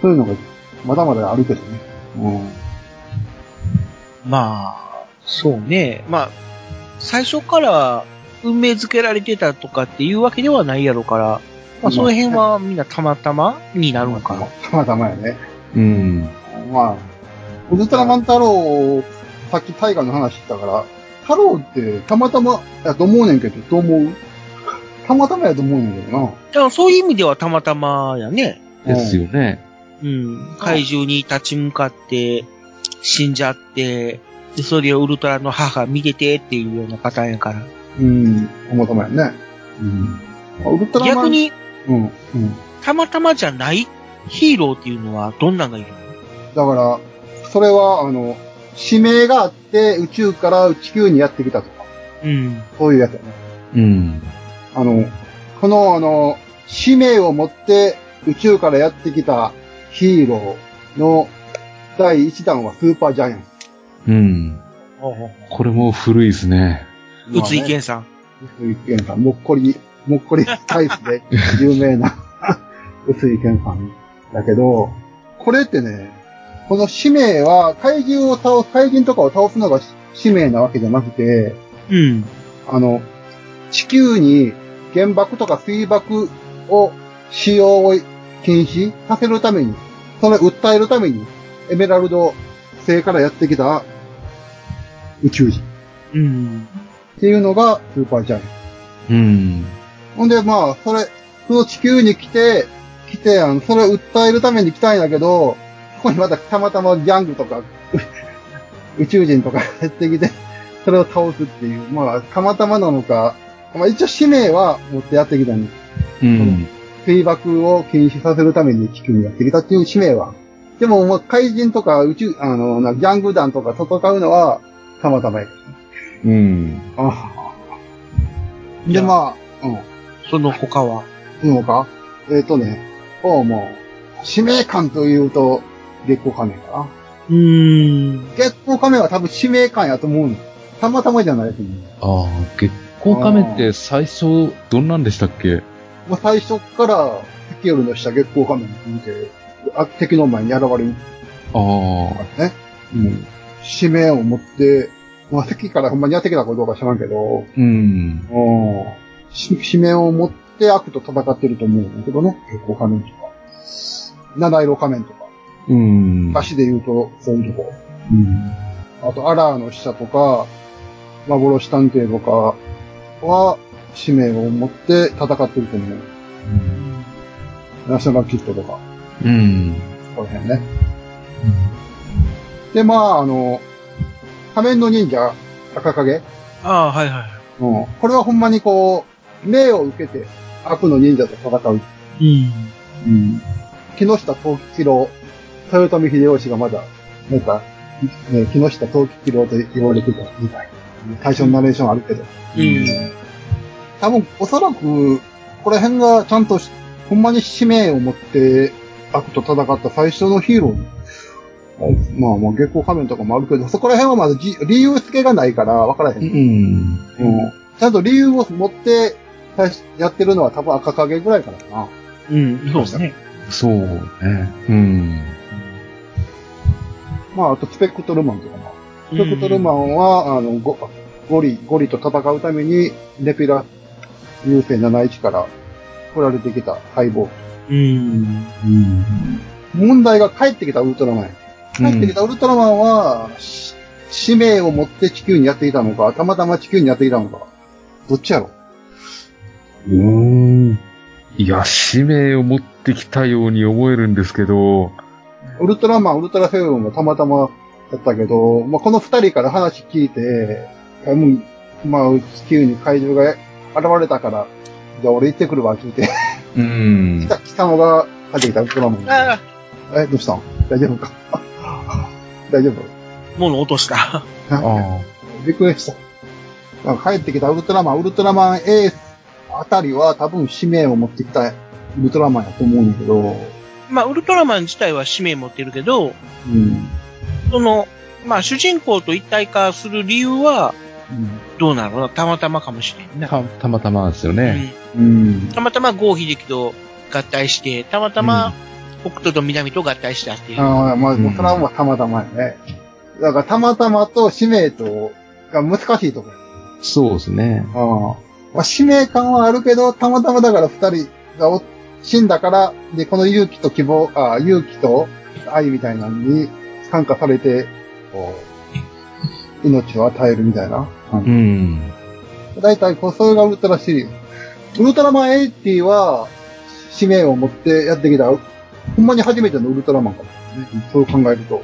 Speaker 5: そういうのが、まだまだあるけどね。うん。
Speaker 6: まあ、そうね。まあ、最初から運命づけられてたとかっていうわけではないやろから、まあ、その辺はみんなたまたまになるのかな。
Speaker 5: たまたまやね。
Speaker 4: うん。
Speaker 5: まあ、ウルトラマン太郎、さっき大河の話したから、太郎ってたまたまやと思うねんけど、どう思うたまたまやと思うねんけど
Speaker 6: だからそういう意味ではたまたまやね。
Speaker 5: な。
Speaker 4: ですよね。
Speaker 6: うん。怪獣に立ち向かって、死んじゃって、で、それをウルトラの母見ててっていうようなパターンやから。
Speaker 5: うん。たまたまやね。うん。ウルトラマン。
Speaker 6: 逆。に、
Speaker 5: うん。うん。
Speaker 6: たまたまじゃないヒーローっていうのはどんなんがいるの
Speaker 5: だから、それは、あの、指名があって宇宙から地球にやってきたとか、
Speaker 6: うん。
Speaker 5: そういうやつやね。
Speaker 4: うん。
Speaker 5: あの、この、あの、使命を持って宇宙からやってきたヒーローの第1弾はスーパージャイアンツ。
Speaker 4: うん。これも古いですね。
Speaker 6: 宇津井健さん。
Speaker 5: 宇津井健さん、もっこり、もっこりタイプで有名な 宇津井健さんだけど、これってね、この使命は怪獣を倒す、怪人とかを倒すのが使命なわけじゃなくて、
Speaker 6: うん。
Speaker 5: あの、地球に原爆とか水爆を使用を禁止させるために、それを訴えるために、エメラルド星からやってきた宇宙人
Speaker 6: うん。
Speaker 5: っていうのがスーパージャイアン。
Speaker 4: うん。
Speaker 5: ほんで、まあ、それ、その地球に来て、来て、あの、それを訴えるために来たんやけど、そこにまたたまたまギャングとか、 宇宙人とか やってきて、それを倒すっていう、まあ、たまたまなのか、まあ一応使命は持ってやってきたんです。
Speaker 4: うん。
Speaker 5: 水爆を禁止させるために地球にやってきたっていう使命は。でも、もう怪人とか宇宙、あの、なギャング団とか戦うのは、たまたまや。
Speaker 4: うん。
Speaker 5: ああで、まあ、うん。
Speaker 6: その他は。
Speaker 5: のかえっ、とね、おうもう、使命感というと、月光仮面かな。
Speaker 6: うーん。
Speaker 5: 月光仮面は多分使命感やと思うの。たまたまじゃないと思う。
Speaker 4: ああ、月光仮面って最初、どんなんでしたっけ
Speaker 5: もう最初から、敵よりの下月光仮面に見て、あ敵の前に現れる
Speaker 4: ああ
Speaker 5: か。らね。うん。使命を持って、まあ、敵からほんまにやってきたかどうか知らんけど、
Speaker 4: うん。
Speaker 5: うん。し使命を持って悪と戦ってると思うんだけどね。月光仮面とか。七色仮面とか。
Speaker 4: うん。
Speaker 5: 昔で言うと、そういうとこ。あと、アラーの使者とか、幻探偵とかは、使命を持って戦ってると思う。ナショナルキットとか、
Speaker 4: うん。
Speaker 5: この辺ね。で、まあ、あの、仮面の忍者、赤影。
Speaker 6: ああ、はいは
Speaker 5: うん。これはほんまにこう、命を受けて、悪の忍者と戦う。
Speaker 6: い。
Speaker 5: うん。木下藤吉郎、豊臣秀吉がまだ、なんか、ね、木下藤吉郎と言われてたみたい。最初のナレーションあるけど。
Speaker 6: うん。うん。
Speaker 5: 多分、おそらく、ここら辺がちゃんとし、ほんまに使命を持って、悪と戦った最初のヒーロー。まあまあ、月光仮面とかもあるけど、そこら辺はまだじ理由付けがないから分からへん。
Speaker 4: うん。
Speaker 5: うんちゃんと理由を持って、最初やってるのは多分赤影ぐらいからかな。
Speaker 6: うん。そうですね。
Speaker 4: そうね。うん。
Speaker 5: まあ、あとスペクトルマンとかも。スペクトルマンは、あの、ゴゴリ、ゴリと戦うために、レピラ、流星71から来られてきた相棒。
Speaker 6: うん。
Speaker 5: 問題が帰ってきたウルトラマンや。帰ってきたウルトラマンは、し使命を持って地球にやっていたのか、たまたま地球にやっていたのか、どっちやろ
Speaker 4: うーん。いや、使命を持ってきたように思えるんですけど、
Speaker 5: ウルトラマン、ウルトラセブンもたまたまやったけど、まあ、この二人から話聞いて、あもうまあ、地球に怪獣が現れたから、じゃあ俺行ってくるわ、って言って。
Speaker 4: うん
Speaker 5: 来。た、来たのが帰ってきたウルトラマン。
Speaker 6: ああ、
Speaker 5: え、どうしたん大丈夫か 大丈夫
Speaker 6: 物落とした。
Speaker 4: あ
Speaker 5: びっくりした。なんか帰ってきたウルトラマン、ウルトラマンエースあたりは多分使命を持ってきたウルトラマンやと思うんだけど、
Speaker 6: まあ、ウルトラマン自体は使命持ってるけど、
Speaker 5: うん。
Speaker 6: その、まあ、主人公と一体化する理由は、どうなのたまたまかもしれんな。
Speaker 4: あた、たまたまですよ
Speaker 6: う
Speaker 4: ね。
Speaker 6: ん、
Speaker 5: うん。
Speaker 6: たまたま郷秀樹と合体して、たまたま北斗と南と合体したっていう。
Speaker 5: ああ、まあ、
Speaker 4: うん
Speaker 5: それはもうたまたまやね。だからたまたまと使命とが難しいところ。
Speaker 4: そうですね。
Speaker 5: ああまあ、使命感はあるけど、たまたまだから二人がお死んだから、で、この勇気と希望、ああ勇気と愛みたいなのに感化されて、こう、命を与えるみたいな。
Speaker 4: うん。
Speaker 5: だいたいこう、それがウルトラシリーズ。ウルトラマン80は、使命を持ってやってきた、ほんまに初めてのウルトラマンかもね。そう考えると。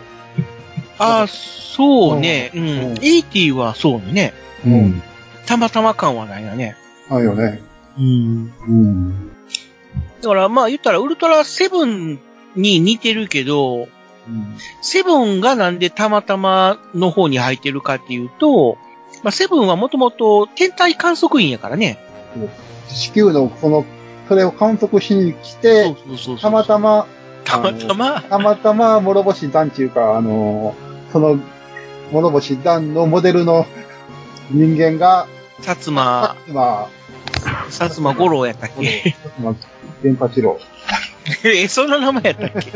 Speaker 6: ああ、そうね。うん
Speaker 5: うん。
Speaker 6: 80はそうね。
Speaker 4: うん。
Speaker 6: たまたま感はないよね。
Speaker 5: あるよね。
Speaker 6: うん。
Speaker 5: うん。
Speaker 6: だから、まあ言ったら、ウルトラセブンに似てるけど、セブンがなんでたまたまの方に入ってるかっていうと、まあ、セブンはもともと天体観測員やからね。
Speaker 5: 地球のこの、それを観測しに来
Speaker 6: そ
Speaker 5: て
Speaker 6: う、そうそうそう
Speaker 5: たまたま、
Speaker 6: たまたま、
Speaker 5: たまたま諸星団っていうか、あの、その、諸星団のモデルの人間が、
Speaker 6: 薩摩、
Speaker 5: まあ、
Speaker 6: 薩摩五郎やったっ
Speaker 5: この
Speaker 6: け
Speaker 5: まあ、電波治療。
Speaker 6: え、 そんな名前やったっけ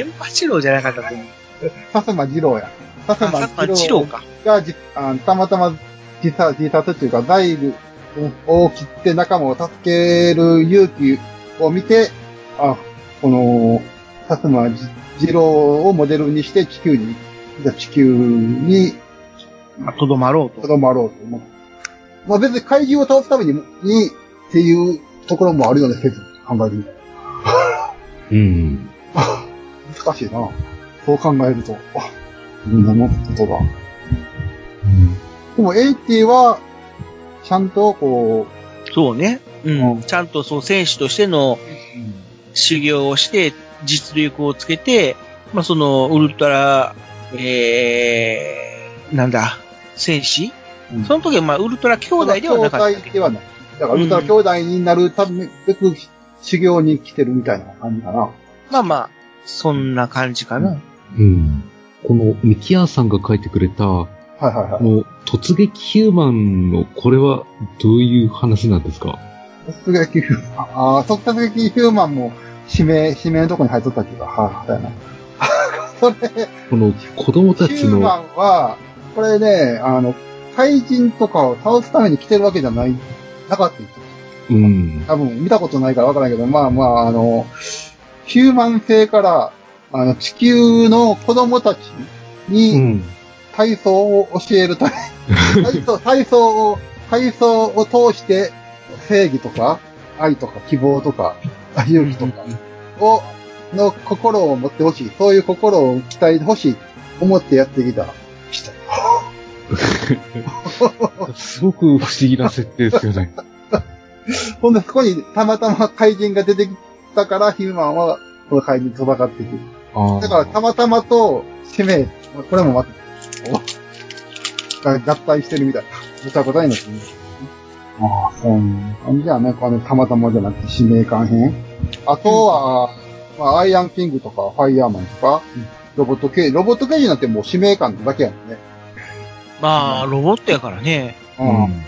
Speaker 6: 原八郎じゃなかったと思う。
Speaker 5: 薩摩二郎や。薩
Speaker 6: あ薩摩二郎か。
Speaker 5: がじあたまたま自殺、自殺っていうか、財布を切って仲間を助ける勇気を見て、あ、この、薩摩二郎をモデルにして地球に、じゃあ地球に
Speaker 6: まあとどまろう
Speaker 5: と
Speaker 6: と。
Speaker 5: どまろうと思う。まあ別に怪獣を倒すために、に、っていうところもあるよね、説考えてみたら
Speaker 4: うん。
Speaker 5: 難しいな。そう考えると、あ、いろんなもんことだ。でも、エイティは、ちゃんと、こ
Speaker 6: そうね。う
Speaker 5: うん
Speaker 6: ん。ちゃんとそう、選手としての修行をして、実力をつけて、まあ、その、ウルトラ、えー、なんだ、戦士、
Speaker 5: うん
Speaker 6: その時は、まあ、ウルトラ兄弟ではなかった
Speaker 5: 兄
Speaker 6: けど
Speaker 5: 弟ではない。だから、ウルトラ兄弟になるため、べく修行に来てるみたいな感じかな。
Speaker 6: まあまあ、そんな感じかな。
Speaker 4: うん。この、ミキアーさんが書いてくれた、こ
Speaker 5: はいはいはい。
Speaker 4: の、突撃ヒューマンの、これは、どういう話なんですか
Speaker 5: 突撃ヒューマン。ああ、突撃ヒューマンも、指名、指名のとこに入っとった気が。はい、 だよな。それ、
Speaker 4: この、子供た
Speaker 5: ヒ
Speaker 4: ち
Speaker 5: ューマ
Speaker 4: の、
Speaker 5: ンは、これね、あの、怪人とかを倒すために来てるわけじゃない、なかった。
Speaker 4: うん。
Speaker 5: 多分見たことないからわからないけど、まあまあ、あの、ヒューマン性から、あの、地球の子供たち
Speaker 4: う
Speaker 5: に
Speaker 4: ん。
Speaker 5: 体操を教える ため、体操、体操を、体操を通して、正義とか、愛とか、希望とか、勇気とかを、の心を持ってほしい。そういう心を鍛えてほしい。思ってやってきた人。
Speaker 4: すごく不思議な設定ですよ ね。
Speaker 5: ほんで、そこにたまたま怪人が出てきたから、ヒューマンは、この怪人と戦っていく。
Speaker 4: ああ。
Speaker 5: だから、たまたまと、使命、これもまた、が合体してるみたいな。そうたことになってるああ、そうなんだ。じゃあね、このたまたまじゃなくて、使命感編。あとは、まあ、アイアンキングとか、ファイヤーマンとか、ロボット系、ロボット系になってもう使命感だけやもんね。
Speaker 6: まあ、ロボットやからね。
Speaker 5: うん。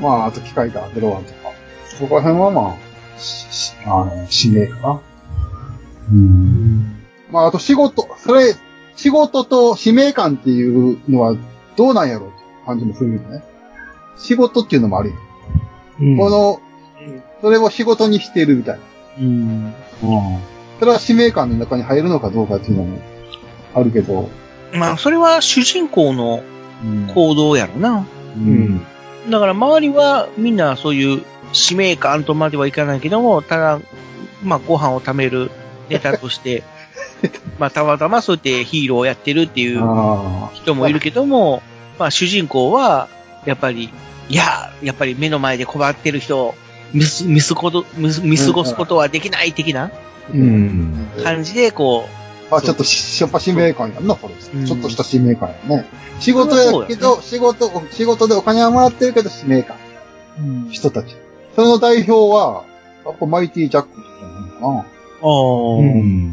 Speaker 5: まあ、あと機械だ、ゼロワンとか。そこら辺はまあ、ししあの、使命かな。
Speaker 4: うん。
Speaker 5: まあ、あと仕事、それ、仕事と使命感っていうのはどうなんやろうって感じもするよね。仕事っていうのもあるよ。
Speaker 4: うん
Speaker 5: この、それを仕事にしているみたいな。
Speaker 6: うん。
Speaker 5: それは使命感の中に入るのかどうかっていうのもあるけど。
Speaker 6: まあ、それは主人公の
Speaker 5: うん
Speaker 6: 行動やろな。
Speaker 4: うん。
Speaker 6: だから周りはみんなそういう使命感とまではいかないけども、ただ、まあご飯を貯めるネタとして、まあたまたまそうやってヒーローをやってるっていう
Speaker 5: あ
Speaker 6: 人もいるけども、まあ主人公は、やっぱり、いや、やっぱり目の前で困ってる人を見す見すこと見す見過ごすことはできない的な
Speaker 5: あ。う
Speaker 4: う。ん。
Speaker 6: 感じで、こ
Speaker 5: あ、ちょっとし、やっぱ使命感やんな、これ。
Speaker 6: うん
Speaker 5: ちょっとした使命感やね。仕事やけど、仕事、仕事でお金はもらってるけど、使命感。
Speaker 6: う、
Speaker 5: 人たち。それの代表は、やっぱマイティジャックじゃないのかな。
Speaker 6: ああ、
Speaker 4: うん。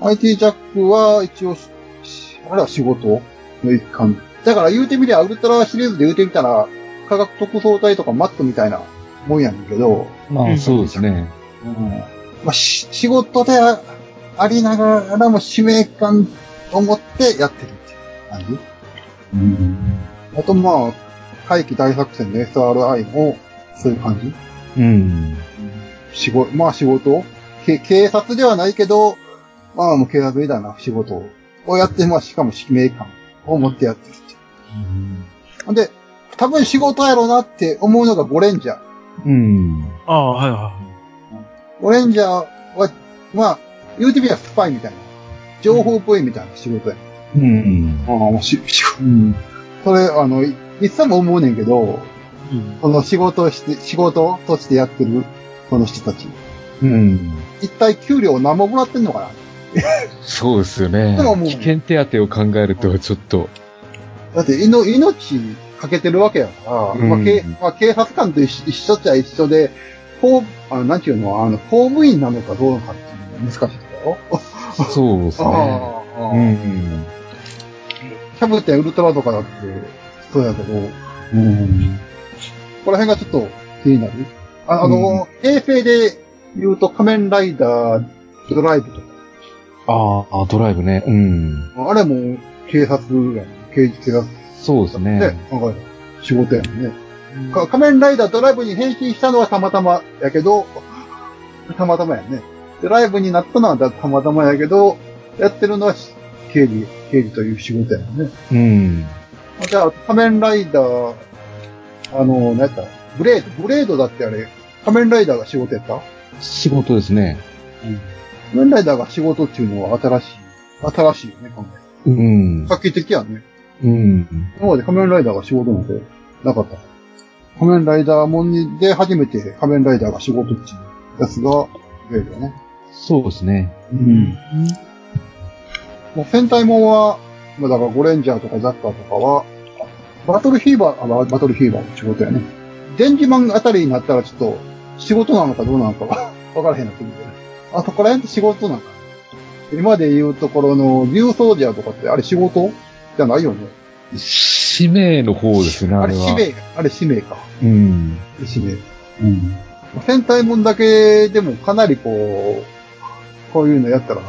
Speaker 5: マイティジャックは、一応、しあれは仕事の一環。だから言うてみりゃ、ウルトラシリーズで言うてみたら、科学特捜隊とかマットみたいなもんやねんけど、
Speaker 4: まあ、そうですね。
Speaker 5: まあ、し仕事であありながらも使命感を持ってやってるって感じ
Speaker 4: うん。
Speaker 5: あとまあ、怪奇大作戦の SRI も、そういう感じ
Speaker 4: うん。
Speaker 5: 仕事、まあ仕事け警察ではないけど、まあもう警察みたいな仕事をやって、まあしかも使命感を持ってやってるってほんで、多分仕事やろうなって思うのがゴレンジャー。
Speaker 4: うん。
Speaker 6: ああ、はいは
Speaker 5: ゴレンジャーは、まあ、言うてみればスパイみたいな。情報部員みたいな仕事や。
Speaker 4: うん。
Speaker 5: ああ、もうし、し、うん。それ、あの、いいつも思うねんけど、
Speaker 6: い。うん
Speaker 5: この仕事をして、仕事としてやってる、この人たち。
Speaker 4: うん。
Speaker 5: 一体給料何ももらってんのか
Speaker 4: そうですよね
Speaker 5: でもも。う
Speaker 4: 危険手当を考えると、ちょっと。
Speaker 5: なだって、いの、命かけてるわけやから、
Speaker 4: うん
Speaker 5: まあ、けまあ、警察官と一緒一緒っちゃ一緒で、こう、あの、なんていうの、あの、公務員なのかどうなのかっていうのが難しいところ。
Speaker 4: そうですね。
Speaker 5: ああ
Speaker 4: うん。
Speaker 5: キャプテンウルトラとかだって、そうやけど、うん。ここら辺がちょっと気になる。ああの、平成で言うと仮面ライダー、ドライブとか、
Speaker 4: ああ、ドライブね。うん。
Speaker 5: あれも警察やね刑事警察
Speaker 4: そうです
Speaker 5: ね、
Speaker 4: ね。
Speaker 5: なんか仕事やもんね。か仮面ライダードライブに変身したのはたまたまやけど、たまたまやね。ドライブになったのはだたまたまやけど、やってるのは刑事、刑事という仕事やもんね。
Speaker 4: うん。
Speaker 5: じゃあ、仮面ライダー、あの、何やったブレード、ブレードだってあれ、仮面ライダーが仕事やった
Speaker 4: 仕事ですね。
Speaker 5: 仮面ライダーが仕事っていうのは新しい。新しいよね、考
Speaker 4: うん
Speaker 5: え。画。期的やね。
Speaker 4: うん。
Speaker 5: 今まで仮面ライダーが仕事なんてなかった。仮面ライダーもんで初めて仮面ライダーが仕事っていうやつが、ブレードやね。
Speaker 4: そうですね。
Speaker 5: うん。もう戦隊もんは、まあだからゴレンジャーとかザッカーとかは、バトルヒーバー、あババトルヒーバーの仕事やね。電磁マンあたりになったらちょっと、仕事なのかどうなのかは、 わからへんなってくるけど。あそこら辺って仕事なのか。今で言うところの、ニューソージャーとかって、あれ仕事じゃないよね。
Speaker 4: 使命の方ですね、
Speaker 5: あ
Speaker 4: あ
Speaker 5: れ
Speaker 4: れは。
Speaker 5: 使命、あれ使命か。
Speaker 4: うん。
Speaker 5: 使命。うん。戦隊もんだけでもかなりこう、こういうのやったら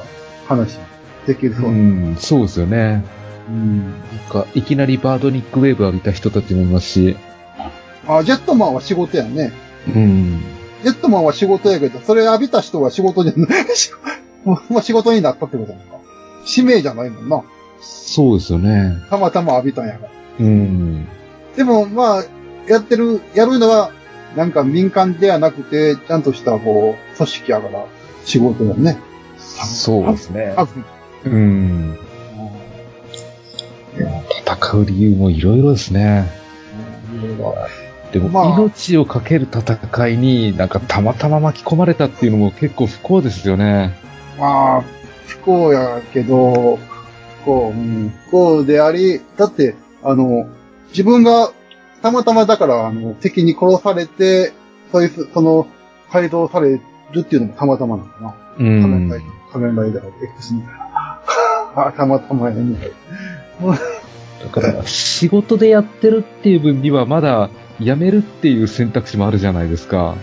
Speaker 5: 話できるそう
Speaker 4: う
Speaker 5: な。
Speaker 4: ん、そうですよね。
Speaker 5: うん
Speaker 4: なんか、いきなりバードニックウェーブ浴びた人たちもいますし。
Speaker 5: あ、ジェットマンは仕事やね。
Speaker 4: うん。
Speaker 5: ジェットマンは仕事やけど、それ浴びた人は仕事じゃない。もう仕事になったってことなのか。使命じゃないもんな。
Speaker 4: そうですよね。
Speaker 5: たまたま浴びたんやから。
Speaker 4: うん。
Speaker 5: でも、まあ、やってる、やるのは、なんか民間ではなくて、ちゃんとした、こう、組織やから、仕事だね。
Speaker 4: そうですね。
Speaker 5: あ、
Speaker 4: うん。戦う理由もいろいろですね。でも、
Speaker 5: まあ
Speaker 4: 命をかける戦いになんかたまたま巻き込まれたっていうのも結構不幸ですよね。
Speaker 5: まあ、不幸やけど、不幸、うん、不幸であり、だって、あの、自分が、たまたまだから、あの、敵に殺されて、そういう、その、改造されるっていうのもたまたまなのかな。
Speaker 4: う
Speaker 5: 仮面ライダ
Speaker 4: ん。
Speaker 5: ー、仮面ライダー X みたいな。 あたまたまやね。
Speaker 4: だから、仕事でやってるっていう分にはまだ辞めるっていう選択肢もあるじゃないですか。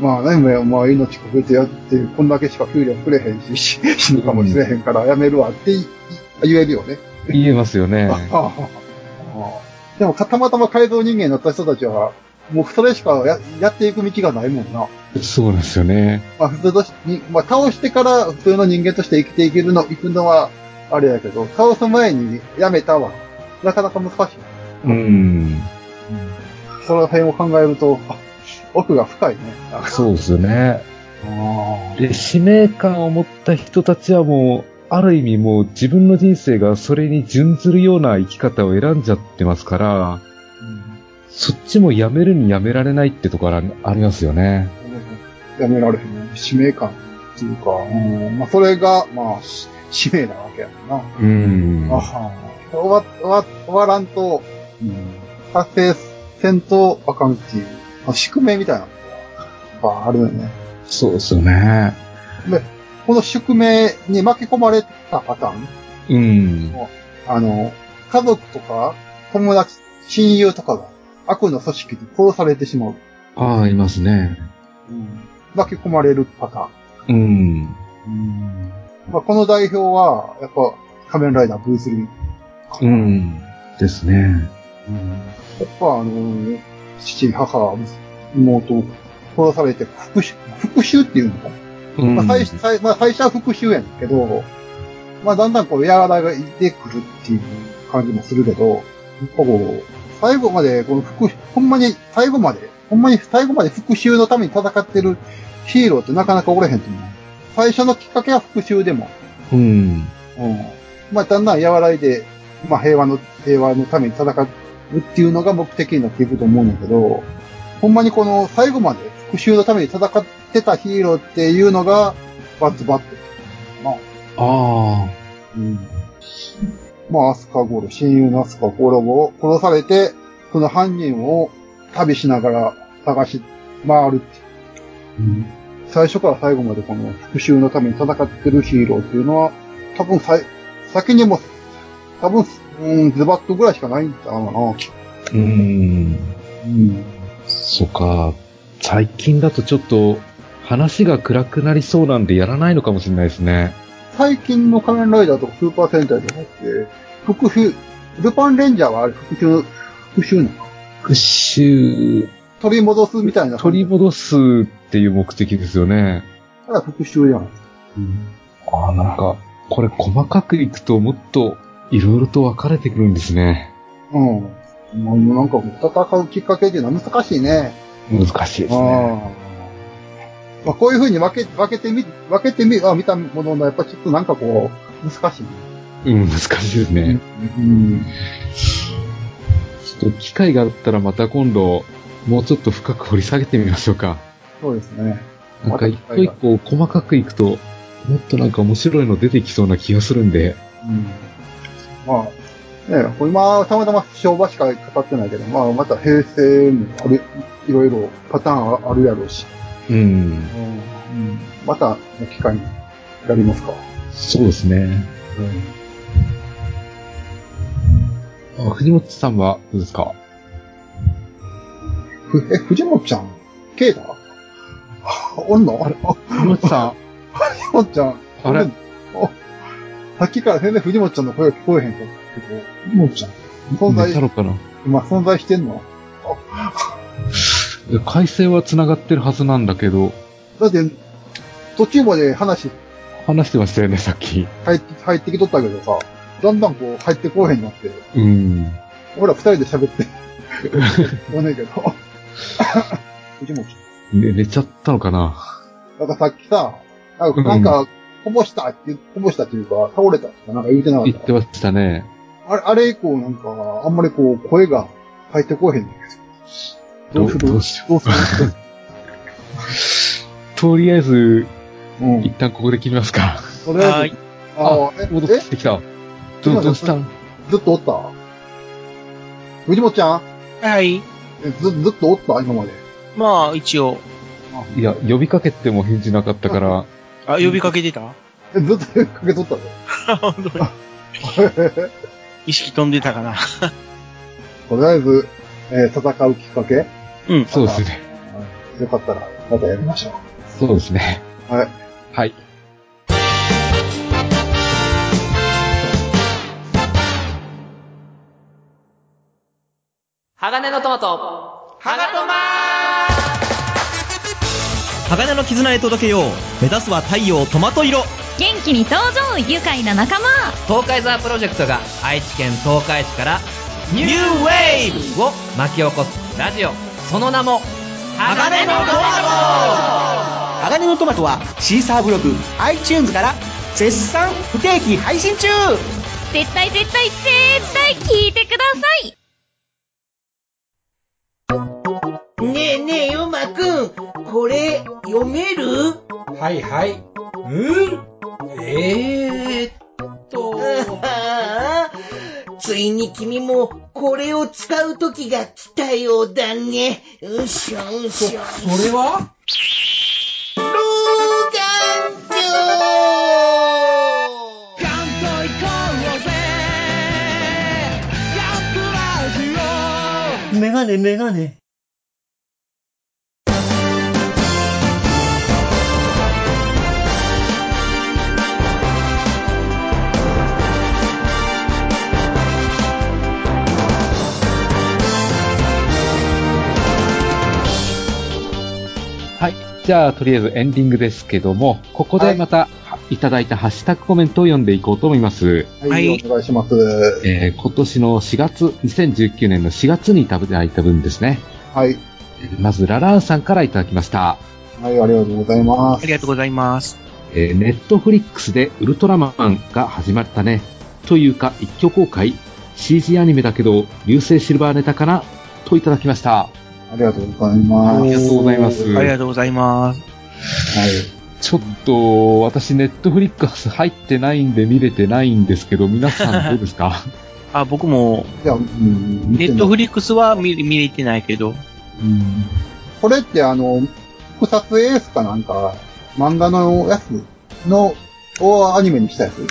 Speaker 5: まあ、何もや、まあ、命かけてやって、こんだけしか給料くれへんし、し死ぬかもしれへんから、やめるわってい言えるよね。
Speaker 4: 言えますよね。
Speaker 5: ああああでも、たまたま改造人間になった人たちは、もうそれしかややっていく道がないもんな。
Speaker 4: そうなんですよね。
Speaker 5: まあ、普通としに、まあ、倒してから普通の人間として生きていけるの、行くのは、あれやけど、倒す前にやめたは、なかなか難しい。
Speaker 4: うん。
Speaker 5: その辺を考えると、あ奥が深いね。あ
Speaker 4: そうですよね。
Speaker 5: あ
Speaker 4: で、使命感を持った人たちはもう、ある意味もう自分の人生がそれに準ずるような生き方を選んじゃってますから、そっちもやめるにやめられないってところありますよね。
Speaker 5: やめられへん。使命感っていうか、うん、まあ、それが、まあ、し使命なわけやもんな。
Speaker 4: うん。
Speaker 5: あは終わ、終わ、終わらんと、うん、達成せんとあかんっていう、まあ、宿命みたいなのが、やっぱあるよね。
Speaker 4: そうですよね。
Speaker 5: で、この宿命に巻き込まれたパターン、
Speaker 4: うん。
Speaker 5: あの、家族とか、友達、親友とかが、悪の組織に殺されてしまう。
Speaker 4: ああ、いますね。
Speaker 5: 巻き込まれるパターン。
Speaker 4: うん。
Speaker 5: まあ、この代表は、やっぱ、仮面ライダーブースリー。
Speaker 4: うん。ですね。
Speaker 5: やっぱあのー父、母、妹、殺されて復讐、復讐っていうのか、
Speaker 4: うん。
Speaker 5: まあ最初最まあ最初は復讐やねんけど、まあだんだんこう、やらがいてくるっていう感じもするけど、やっぱこう、最後まで、この復、ほんまに最後まで、ほんまに最後まで復讐のために戦ってるヒーローってなかなかおれへんと思う。最初のきっかけは復讐でも、
Speaker 4: うん。
Speaker 5: うん。まあ、だんだん和らいで、まあ、平和の、平和のために戦うっていうのが目的になっていくと思うんだけど、ほんまにこの最後まで復讐のために戦ってたヒーローっていうのが、バッツバッツ。
Speaker 4: あ
Speaker 5: まあ、アスカゴロ、親友のアスカゴロを殺されて、その犯人を旅しながら探し回るっていう最初から最後までこの復讐のために戦ってるヒーローっていうのは、多分さい先にも、多分、うん、ズバッとぐらいしかないんだろ
Speaker 4: あ。うん。
Speaker 5: うな。うん。
Speaker 4: そっか。最近だとちょっと話が暗くなりそうなんでやらないのかもしれないですね。
Speaker 5: 最近の仮面ライダーとかスーパー戦隊とかって、復讐、ルパンレンジャーはあれ復讐、復讐なの
Speaker 4: 復讐、
Speaker 5: 取り戻すみたいな。
Speaker 4: 取り戻すっていう目的ですよね。
Speaker 5: だから復讐やん。
Speaker 4: ああ、なんか、これ細かくいくともっといろいろと分かれてくるんですね。
Speaker 5: うん。もうなんか戦うきっかけっていうのは難しいね。
Speaker 4: 難しいですね。
Speaker 5: あーまあ、こういう風に分け、分けてみ、分けてみ、あ見たものの、やっぱちょっとなんかこう、難しいね。
Speaker 4: うん、難しいですね。
Speaker 5: うん。
Speaker 4: ちょっと機会があったらまた今度、もうちょっと深く掘り下げてみましょうか。
Speaker 5: そうですね。
Speaker 4: なんか一個一個細かくいくと、もっとなんか面白いの出てきそうな気がするんで。
Speaker 5: うん。まあ、ね、今、たまたま昭和しか語ってないけど、まあ、また平成もある、いろいろパターンはあるやろうし、
Speaker 4: うん。
Speaker 5: うん、また、ね、機会にやりますか。
Speaker 4: そうですね。あ藤本さんはどうですか
Speaker 5: ふえ、藤本ちゃん、ケイだおんのあれ
Speaker 4: 藤本さ
Speaker 5: 藤本ちゃん。
Speaker 4: あれ
Speaker 5: おさっきから全然藤本ちゃんの声が聞こえへんけど、藤本ちゃん。
Speaker 4: ん、
Speaker 5: 存
Speaker 4: 寝た
Speaker 5: 在、
Speaker 4: のかな
Speaker 5: 今存在してんの
Speaker 4: いや回線は繋がってるはずなんだけど、
Speaker 5: だって、途中まで話
Speaker 4: 話してましたよね、さっき。
Speaker 5: 入って入ってきとったけどさ、だんだんこう入ってこうへんなって、
Speaker 4: うん。
Speaker 5: 俺ら二人で喋 って、言わねえけ ど。藤本ち
Speaker 4: ね、寝ちゃったのかな
Speaker 5: ゃん。なんかさっきさ、なん
Speaker 4: う
Speaker 5: か、
Speaker 4: ん
Speaker 5: なんかこぼしたって、こぼしたっていうか、倒れたとかなんか言うてなか
Speaker 4: 言っ
Speaker 5: って
Speaker 4: ましたね。
Speaker 5: た。あれ、あれ以降なんか、あんまりこう、声が入ってこうへんねんけど。どうする
Speaker 4: どうしよ
Speaker 5: どうする
Speaker 4: う。とりあえず、
Speaker 5: うん。
Speaker 4: 一旦ここで切りますか。
Speaker 5: とりあ
Speaker 6: は
Speaker 5: え
Speaker 6: い
Speaker 5: ず、ああ、え、
Speaker 4: 戻っ
Speaker 5: え
Speaker 4: てきた。どうどうしたん
Speaker 5: ずっとおった藤本ちゃん
Speaker 6: はい。
Speaker 5: えず、ずっとおった今まで。
Speaker 6: まあ、一応。
Speaker 4: いや、呼びかけても返事なかったから、
Speaker 6: あ、呼びかけてた
Speaker 5: えずっとかけとったで。
Speaker 6: 本当に意識飛んでたかな。
Speaker 5: とりあえず、えー戦うきっかけ
Speaker 6: うん。
Speaker 4: そうですね。
Speaker 5: よかったら、またやりましょ
Speaker 4: そうですね。
Speaker 5: う。はい。
Speaker 4: はい。
Speaker 2: 鋼のトマト。鋼トマ
Speaker 7: 鋼の絆へ届けよう目指すは太陽トマト色
Speaker 2: 元気
Speaker 7: 気に登場愉快な仲間
Speaker 8: 東海ザープロジェクトが愛知県東海市から
Speaker 6: ニューウェー
Speaker 8: ブを巻き起こすラジオその名も
Speaker 6: 鋼のトマト
Speaker 9: 鋼のトマトはシーサーブログ iTunes から絶賛不定期配信中
Speaker 7: 絶対絶対絶対聞いてください
Speaker 10: ねえねえ、ヨマくん、これ、読める
Speaker 11: はいはい。うんえー、っと。
Speaker 10: ついに君も、これを使う時が来たようだね。うしょうしょ。
Speaker 11: そ、それは
Speaker 10: 老眼鏡
Speaker 9: メガネメガネ。
Speaker 4: はい。じゃあ、とりあえずエンディングですけども、ここでまた、いただいたハッシュタグコメントを読んでいこうと思います。
Speaker 5: はい、お願いします。
Speaker 4: えー、今年の4月、2019年の4月にいただいた分ですね。
Speaker 5: はい。
Speaker 4: まず、ラランさんからいただきました。
Speaker 5: はい、ありがとうございます。
Speaker 6: ありがとうございます。
Speaker 4: えー、ネットフリックスでウルトラマンが始まったね。というか、一挙公開、CG アニメだけど、流星シルバーネタかなといただきました。
Speaker 5: ありがとうございます。あ
Speaker 4: りがとうございます。。
Speaker 6: ありがとうございます。はい
Speaker 4: ちょっと、私、ネットフリックス入ってないんで見れてないんですけど、皆さんどうですか
Speaker 6: あ、僕も、
Speaker 5: いや、うん、。
Speaker 6: ネットフリックスは見見れてないけど。うん
Speaker 5: これって、あの、複撮エースかなんか、漫画のやつの、をアニメにしたやつ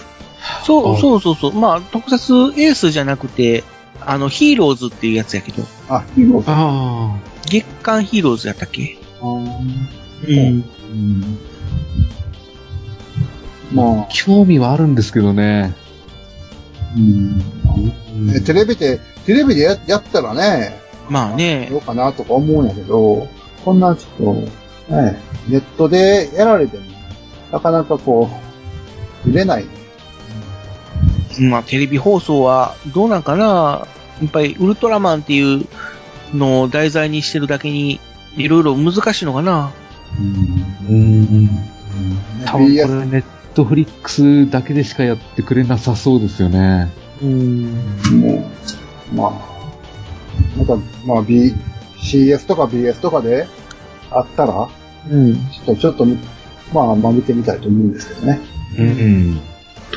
Speaker 6: そう、そうそうそう。まあ、特撮エースじゃなくて、あの、ヒーローズっていうやつやけど。
Speaker 5: あ、ヒーローズ
Speaker 6: ああ。月刊ヒーローズやったっけ
Speaker 5: ああ。
Speaker 6: うん。うん
Speaker 4: まあ、興味はあるんですけどね。
Speaker 5: うん。ね、テレビで、テレビでややったらね。
Speaker 6: まあね。
Speaker 5: どうかなとか思うんやけど、こんなちょっと、ね、ネットでやられても、なかなかこう、見れない。
Speaker 6: まあ、テレビ放送はどうなんかなやっぱり、ウルトラマンっていうのを題材にしてるだけに、いろいろ難しいのかな
Speaker 4: うん。うん。多分これネットフリックスだけでしかやってくれなさそうですよね。
Speaker 5: うん。もう、まあ、なんか、まあ、B、CS とか BS とかであったら、
Speaker 6: うん。
Speaker 5: ちょっと、ちょっと、まあ、まあ、見てみたいと思うんですけどね。
Speaker 4: うん、うん。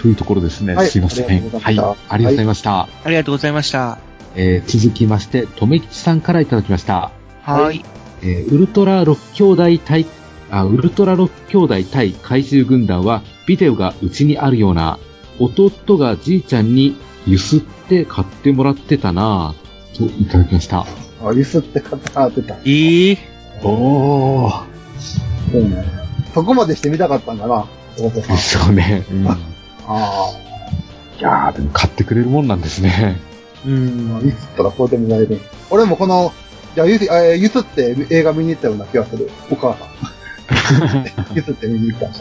Speaker 4: というところですね。はい、すいません。はい。ありがとうございました。
Speaker 6: ありがとうございました。
Speaker 4: えー、続きまして、とめきちさんからいただきました。
Speaker 6: はい。
Speaker 4: えー、ウルトラ6兄弟対あ、ウルトラ6兄弟対怪獣軍団はビデオがうちにあるような、弟がじいちゃんにゆすって買ってもらってたなぁ、といただきました。
Speaker 5: あ、ゆすって買ってもらってた。え
Speaker 6: ぇ、ー、
Speaker 4: おー。
Speaker 5: そうね。そこまでしてみたかったんだな、弟さん。
Speaker 4: そうね。うん、あ
Speaker 5: あ。
Speaker 4: いやー、でも買ってくれるもんなんですね。
Speaker 5: うん、ゆすったらこうでもらえる。俺もこの、じゃあゆす、えー、ゆすって映画見に行ったような気がする。お母さん。 ゆずって見に行ったんで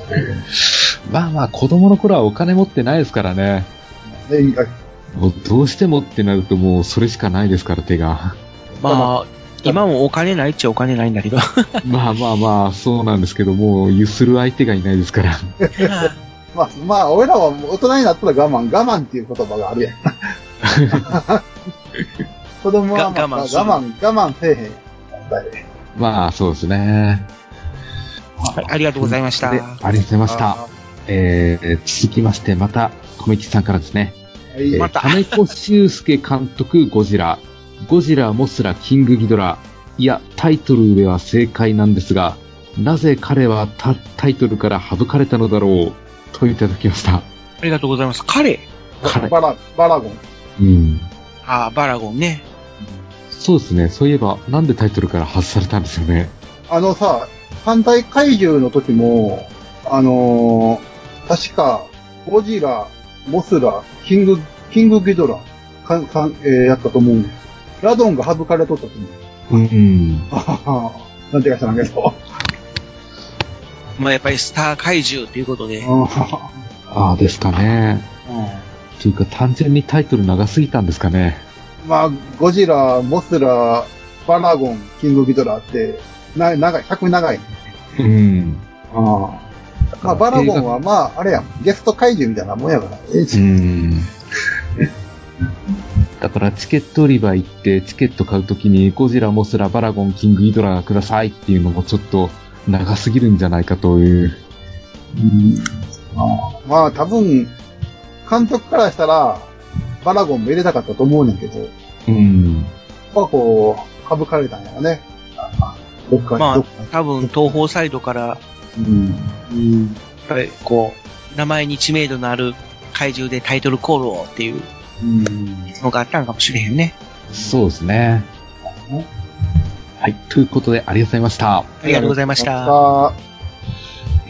Speaker 5: す
Speaker 4: けど。まあまあ、子供の頃はお金持ってないですからね。
Speaker 5: え、
Speaker 4: もうどうしてもってなるともうそれしかないですから、手が。
Speaker 6: まあ、今もお金ないっちゃお金ないんだけ ど。
Speaker 4: まあまあまあ、そうなんですけど、もうゆする相手がいないですから。
Speaker 5: まあ、まあ、俺らは大人になったら我慢、我慢っていう言葉がある やん。子供は、まあ、我慢、我慢、我慢せえへん。
Speaker 4: まあ、そうですね。
Speaker 6: はい、ありがとうございました。あ
Speaker 4: りがとうございました。えー、続きまして、また、コメキさんからですね。
Speaker 6: はい、えー、また。
Speaker 4: 金子修介監督、ゴジラ。ゴジラ、モスラ、キングギドラ。いや、タイトルでは正解なんですが、なぜ彼はタタイトルから省かれたのだろう、といただきました。あ
Speaker 6: りがとうございます。彼
Speaker 4: 彼
Speaker 5: バラ、バラゴン。
Speaker 4: うん。
Speaker 6: ああ、バラゴンね。
Speaker 4: そうですね。そういえば、なんでタイトルから外されたんですよね。
Speaker 5: あのさ、反対怪獣の時も、あのー、確か、ゴジラ、モスラ、キング、キングギドラ、かん、かん、えー、やったと思うね。ラドンが省かれとったと
Speaker 4: 思う。うん。
Speaker 5: あ なんてか知らんけど。
Speaker 6: まあやっぱりスター怪獣ということで。
Speaker 4: あああ、ですかね。うん。というか、単純にタイトル長すぎたんですかね。
Speaker 5: まあ、ゴジラ、モスラ、バラゴン、キングギドラって、な、長い、100長い。
Speaker 4: うん。
Speaker 5: ああ。まあ、バラゴンはまあ、あれやん、ゲスト怪獣みたいなもんやから。
Speaker 4: うん。だからチケット売り場行ってチケット買うときにゴジラ、モスラ、バラゴン、キングギドラくださいっていうのもちょっと長すぎるんじゃないかという。
Speaker 5: うん、あまあ多分、監督からしたらバラゴンも入れたかったと思うねんけど。
Speaker 4: うん。
Speaker 5: まあこう、省かれたんやろね。
Speaker 6: どっかまあ多分東方サイドから、
Speaker 5: うん。うん。や
Speaker 6: っぱりこう、名前に知名度のある怪獣でタイトルコールをっていう。うん。のがあったのかもしれへんね。
Speaker 4: そうですね。はい。ということで、ありがとうございました。
Speaker 6: ありがとうございました。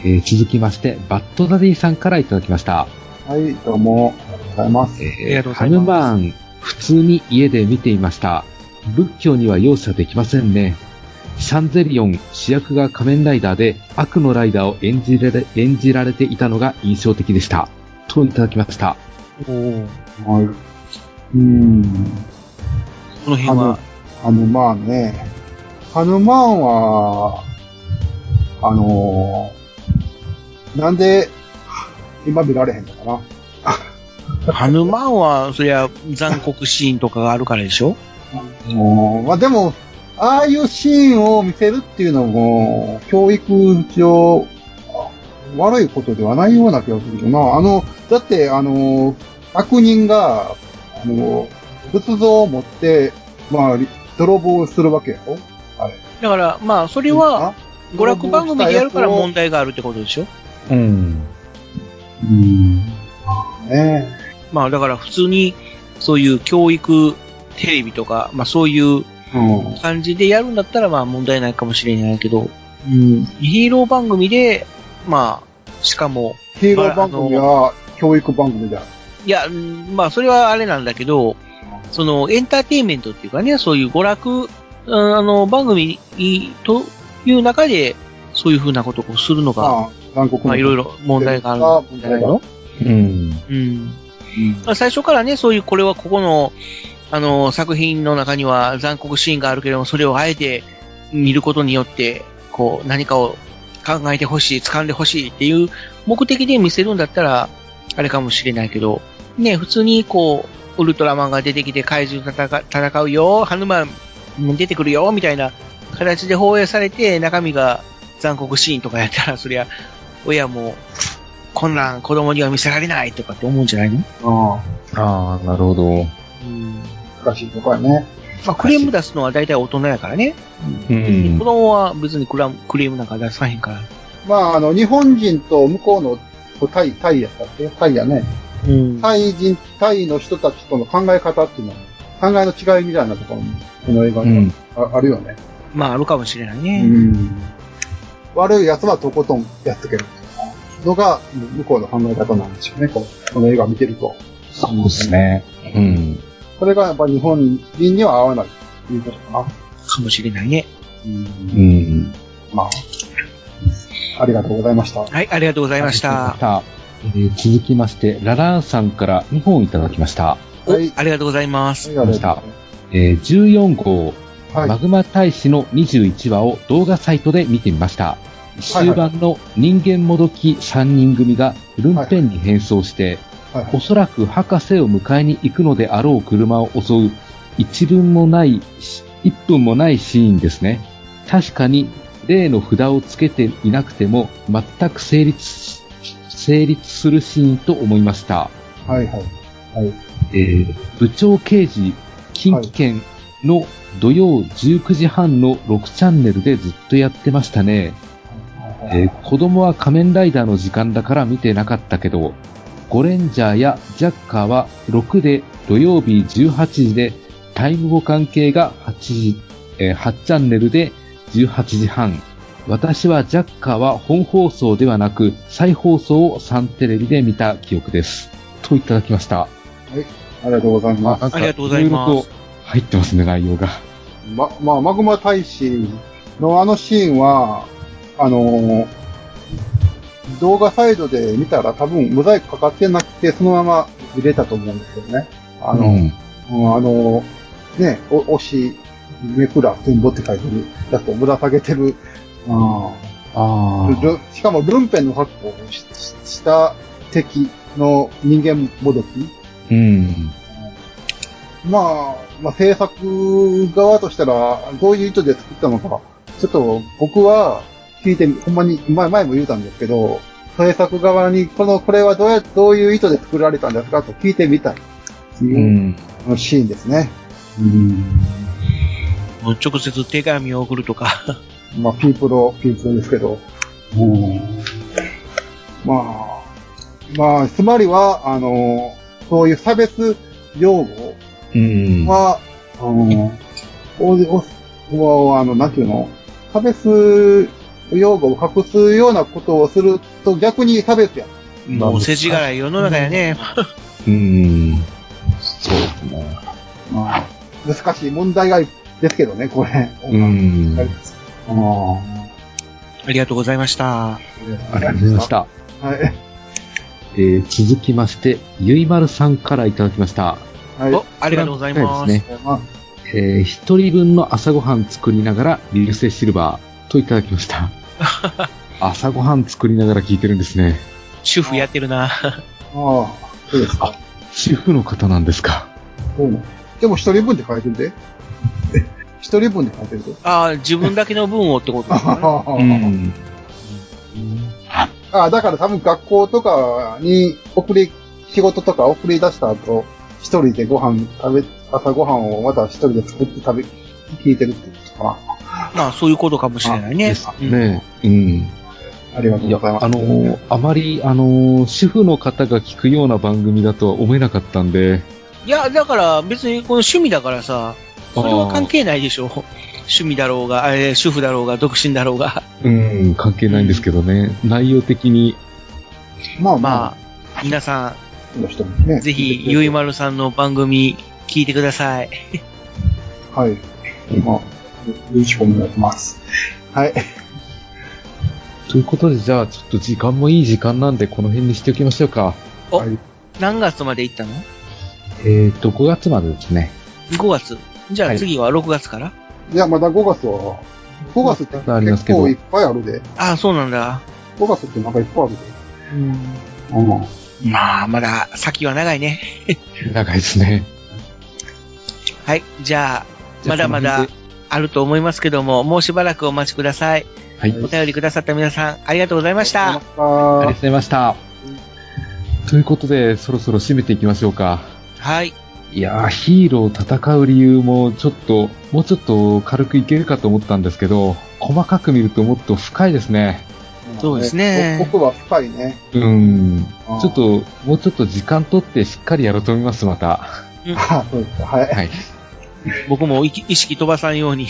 Speaker 4: えー、続きまして、バッドダディさんからいただきました。
Speaker 5: はい、どうも、ありがとうございます。
Speaker 4: えー、ハヌマーン、普通に家で見ていました。仏教には容赦できませんね。シャンゼリオン、主役が仮面ライダーで悪のライダーを演じられ演じられていたのが印象的でした。といただきました。
Speaker 6: おー。
Speaker 5: はい。うん。
Speaker 6: この辺は
Speaker 5: ハヌマーンね。ハヌマーンは、あのー、なんで、今見られへんのか
Speaker 6: な。ハヌマーンは、そりゃ、残酷シーンとかがあるからでしょ
Speaker 5: もう、まあ、でも、ああいうシーンを見せるっていうのも、教育上、悪いことではないような気がするけどな。あの、だって、あの、悪人が、あの、仏像を持って、まあ、泥棒するわけやろあれ。
Speaker 6: だから、まあ、それは、娯楽番組でやるから問題があるってことでしょ
Speaker 4: うん。
Speaker 5: うん。ね
Speaker 6: まあ、だから普通に、そういう教育テレビとか、まあそういう感じでやるんだったら、まあ問題ないかもしれないけど、うん、ヒーロー番組で、まあ、しかも。
Speaker 5: ヒーロー番組は教育番組だ。
Speaker 6: いや、まあ、それはあれなんだけど、その、エンターテインメントっていうかね、そういう娯楽、あの、番組という中で、そういうふうなことをするのが、
Speaker 5: 韓国
Speaker 6: まあ、いろいろ問題があるんじゃないの
Speaker 4: うん。
Speaker 6: うん。うん、最初からね、そういう、これはここの、あの、作品の中には残酷シーンがあるけれども、それをあえて見ることによって、こう、何かを考えてほしい、掴んでほしいっていう目的で見せるんだったら、あれかもしれないけど、ね、普通にこう、ウルトラマンが出てきて怪獣戦戦うよ、ハヌマンも出てくるよ、みたいな形で放映されて、中身が残酷シーンとかやったら、そりゃ、親も、こんなん子供には見せられないとかって思うんじゃないの
Speaker 5: あ、
Speaker 4: あ、ああ、なるほど。うん
Speaker 5: 難しいとこやね。
Speaker 6: まあ、クレーム出すのは大体大人やからね。
Speaker 4: うん、
Speaker 6: 子供は別にクラクレームなんか出さへんから。
Speaker 5: まあ、あの、日本人と向こうのタイ、タイやったっけタイやね。
Speaker 6: うん、
Speaker 5: タイ人、タイの人たちとの考え方っていうのは、考えの違いみたいなところも、この映画には、うん、ああるよね。
Speaker 6: まあ、あるかもしれないね。
Speaker 5: うん、悪い奴はとことんやっとける。のが、向こうの考え方なんでしょうね、このこの映画見てると。
Speaker 4: そうですね。うん。。
Speaker 5: これがやっぱ日本人には合わないということかな。
Speaker 6: かもしれないね。
Speaker 5: うんまあ、ありがとうございました。
Speaker 6: はい、ありがとうございました。
Speaker 4: したえー、続きまして、ラランさんから2本いただきました。
Speaker 6: はい、ありがとうございます。
Speaker 4: ありがとうございました。えー、14号、
Speaker 5: はい、
Speaker 4: マグマ大使の21話を動画サイトで見てみました。終盤の人間もどき3人組がルンペンに変装して、はいはいはいはい、おそらく博士を迎えに行くのであろう車を襲う一分もない、一分もないシーンですね。確かに例の札をつけていなくても全く成立、成立するシーンと思いました。
Speaker 5: はいはい。はい。
Speaker 4: えー、部長刑事、近畿圏の土曜19時半の6チャンネルでずっとやってましたね。えー、子供は仮面ライダーの時間だから見てなかったけど、ゴレンジャーやジャッカーは6で土曜日18時で、タイム後関係が8時、えー、8チャンネルで18時半。私はジャッカーは本放送ではなく、再放送を3テレビで見た記憶です。といただきました。はい
Speaker 5: ありがとうございます。
Speaker 6: ありがとうございます。いろいろと
Speaker 4: 入ってますね、内容が。
Speaker 5: ま、まあ、マグマ大使のあのシーンは、あのー、動画サイドで見たら多分モザイクかかってなくて、そのまま見れたと思うんですけどね。あの、うんうん、あの、ね、お、押し、めくら、全部って書いてる、だとぶら下げてる、うん、
Speaker 4: あ
Speaker 5: しかもルンペンの格好をした敵の人間もどき。
Speaker 4: うん。
Speaker 5: まあ、まあ、制作側としたら、どういう意図で作ったのか、ちょっと僕は聞いて、ほんまに、前、前も言うたんですけど、制作側に、この、これはどうや、どういう意図で作られたんですかと聞いてみたい。うん。シーンですね。
Speaker 6: うん。もう直接手紙を送るとか。
Speaker 5: まあ、ピープロ、ピープロですけど。うん。まあ、まあ、つまりは、あの、そういう差別用語は、うん、あの、おは、あの、なんていうの差別用語を隠すようなことをすると逆に差別や。
Speaker 6: もう世知辛い世の中やね。
Speaker 4: うん。そうですね。
Speaker 5: まあ、難しい問題がですけどね、これ。
Speaker 4: うん。
Speaker 6: ありがとうございました。あ
Speaker 4: りがとうございました。
Speaker 5: はい。
Speaker 4: えー、続きまして、ゆいまるさんからいただきました。
Speaker 6: はい。お、ありがとうございます。
Speaker 4: ですね。えー、一人分の朝ごはん作りながら、流星シルバーといただきました。 朝ごはん作りながら聞いてるんですね。
Speaker 6: 主婦やってるな。あ
Speaker 5: あ、そうですか。
Speaker 4: 主婦の方なんですか。
Speaker 5: うん。でも一人分で書いてる で。一人分で書いてるで。
Speaker 6: ああ、自分だけの分をってことです ね。
Speaker 5: ああ、だから多分学校とかに送り、仕事とか送り出した後、一人でご飯食べ、朝ご飯をまた一人で作って食べ、聞いてるってことか
Speaker 6: な。まあ、そういうことかもしれないね。
Speaker 4: ですね。うん。
Speaker 5: ありがとうございます。
Speaker 4: あの、あまり、あの、主婦の方が聞くような番組だとは思えなかったんで。
Speaker 6: いや、だから別にこの趣味だからさ、それは関係ないでしょ。趣味だろうが、えー、主婦だろうが、独身だろうが。
Speaker 4: うん、関係ないんですけどね。内容的に。
Speaker 5: まあま
Speaker 6: あ、皆さん、ね、ぜひ、ゆいまるさんの番組、聞いてください。
Speaker 5: はい。まあ、よろしくお願いします。はい。、
Speaker 4: ということで、じゃあ、ちょっと時間もいい時間なんで、この辺にしておきましょうか。
Speaker 6: お、はい、何月まで行ったの
Speaker 4: えっ、と、5月までですね。
Speaker 6: 5月じゃあ次は6月から、はい
Speaker 5: いや、まだ5月は、5月って結構いっぱいあるで。
Speaker 6: ああ、そうなんだ。
Speaker 5: 5月ってなんかいっぱいあるで。
Speaker 6: うん。うん、まあ、まだ先は長いね。
Speaker 4: 長いですね。
Speaker 6: はい、じゃあ、 まだまだあると思いますけども、もうしばらくお待ちください。
Speaker 4: はい。
Speaker 6: お便りくださった皆さん、ありがとうございました。あり
Speaker 4: がとうございました。ということで、そろそろ締めていきましょうか。
Speaker 6: はい。
Speaker 4: いやー、ヒーロー戦う理由もちょっと、もうちょっと軽くいけるかと思ったんですけど、細かく見るともっと深いですね。
Speaker 6: そうですね。
Speaker 5: 僕は深いね。
Speaker 4: うん。ちょっと、もうちょっと時間取ってしっかりやろうと思います、また。
Speaker 5: うん、そうですか、はい。はい、
Speaker 6: 僕も意識飛ばさんように。
Speaker 5: い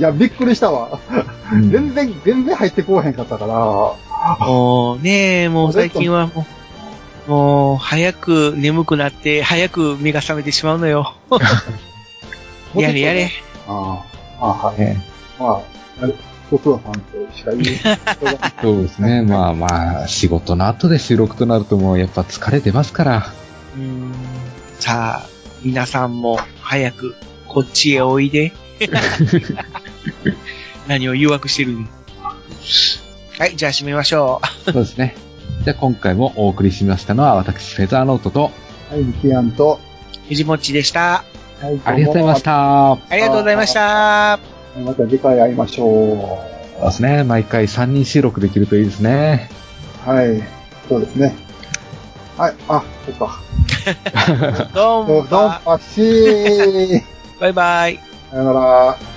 Speaker 5: や、びっくりしたわ。うん、全然、全然入ってこうへんかったから。
Speaker 6: もう、ねえ、もう最近はもう。もう、早く眠くなって、早く目が覚めてしまうの よ。やれやれ。
Speaker 5: ああ、はい。まあ、ご苦労さんとしか言
Speaker 4: えない。そうですね。まあまあ、仕事の後で収録となるともう、やっぱ疲れてますから。
Speaker 6: うん。さあ、皆さんも早くこっちへおいで。 何を誘惑してるのはい、じゃあ締めましょ
Speaker 4: う。そうですね。じゃあ今回もお送りしましたのは私、フェザーノートと、
Speaker 5: はい、キアンと、
Speaker 6: 藤もちでした。
Speaker 4: はい 、ありがとうございました。あ
Speaker 6: りがとうございました。
Speaker 5: また次回会いましょ
Speaker 4: う。そうですね。毎回3人収録できるといいですね。
Speaker 5: はい。そうですね。はい。あ、そっか。
Speaker 6: どうも。
Speaker 5: どうも。あっしー。
Speaker 6: バイバイ。
Speaker 5: さよなら。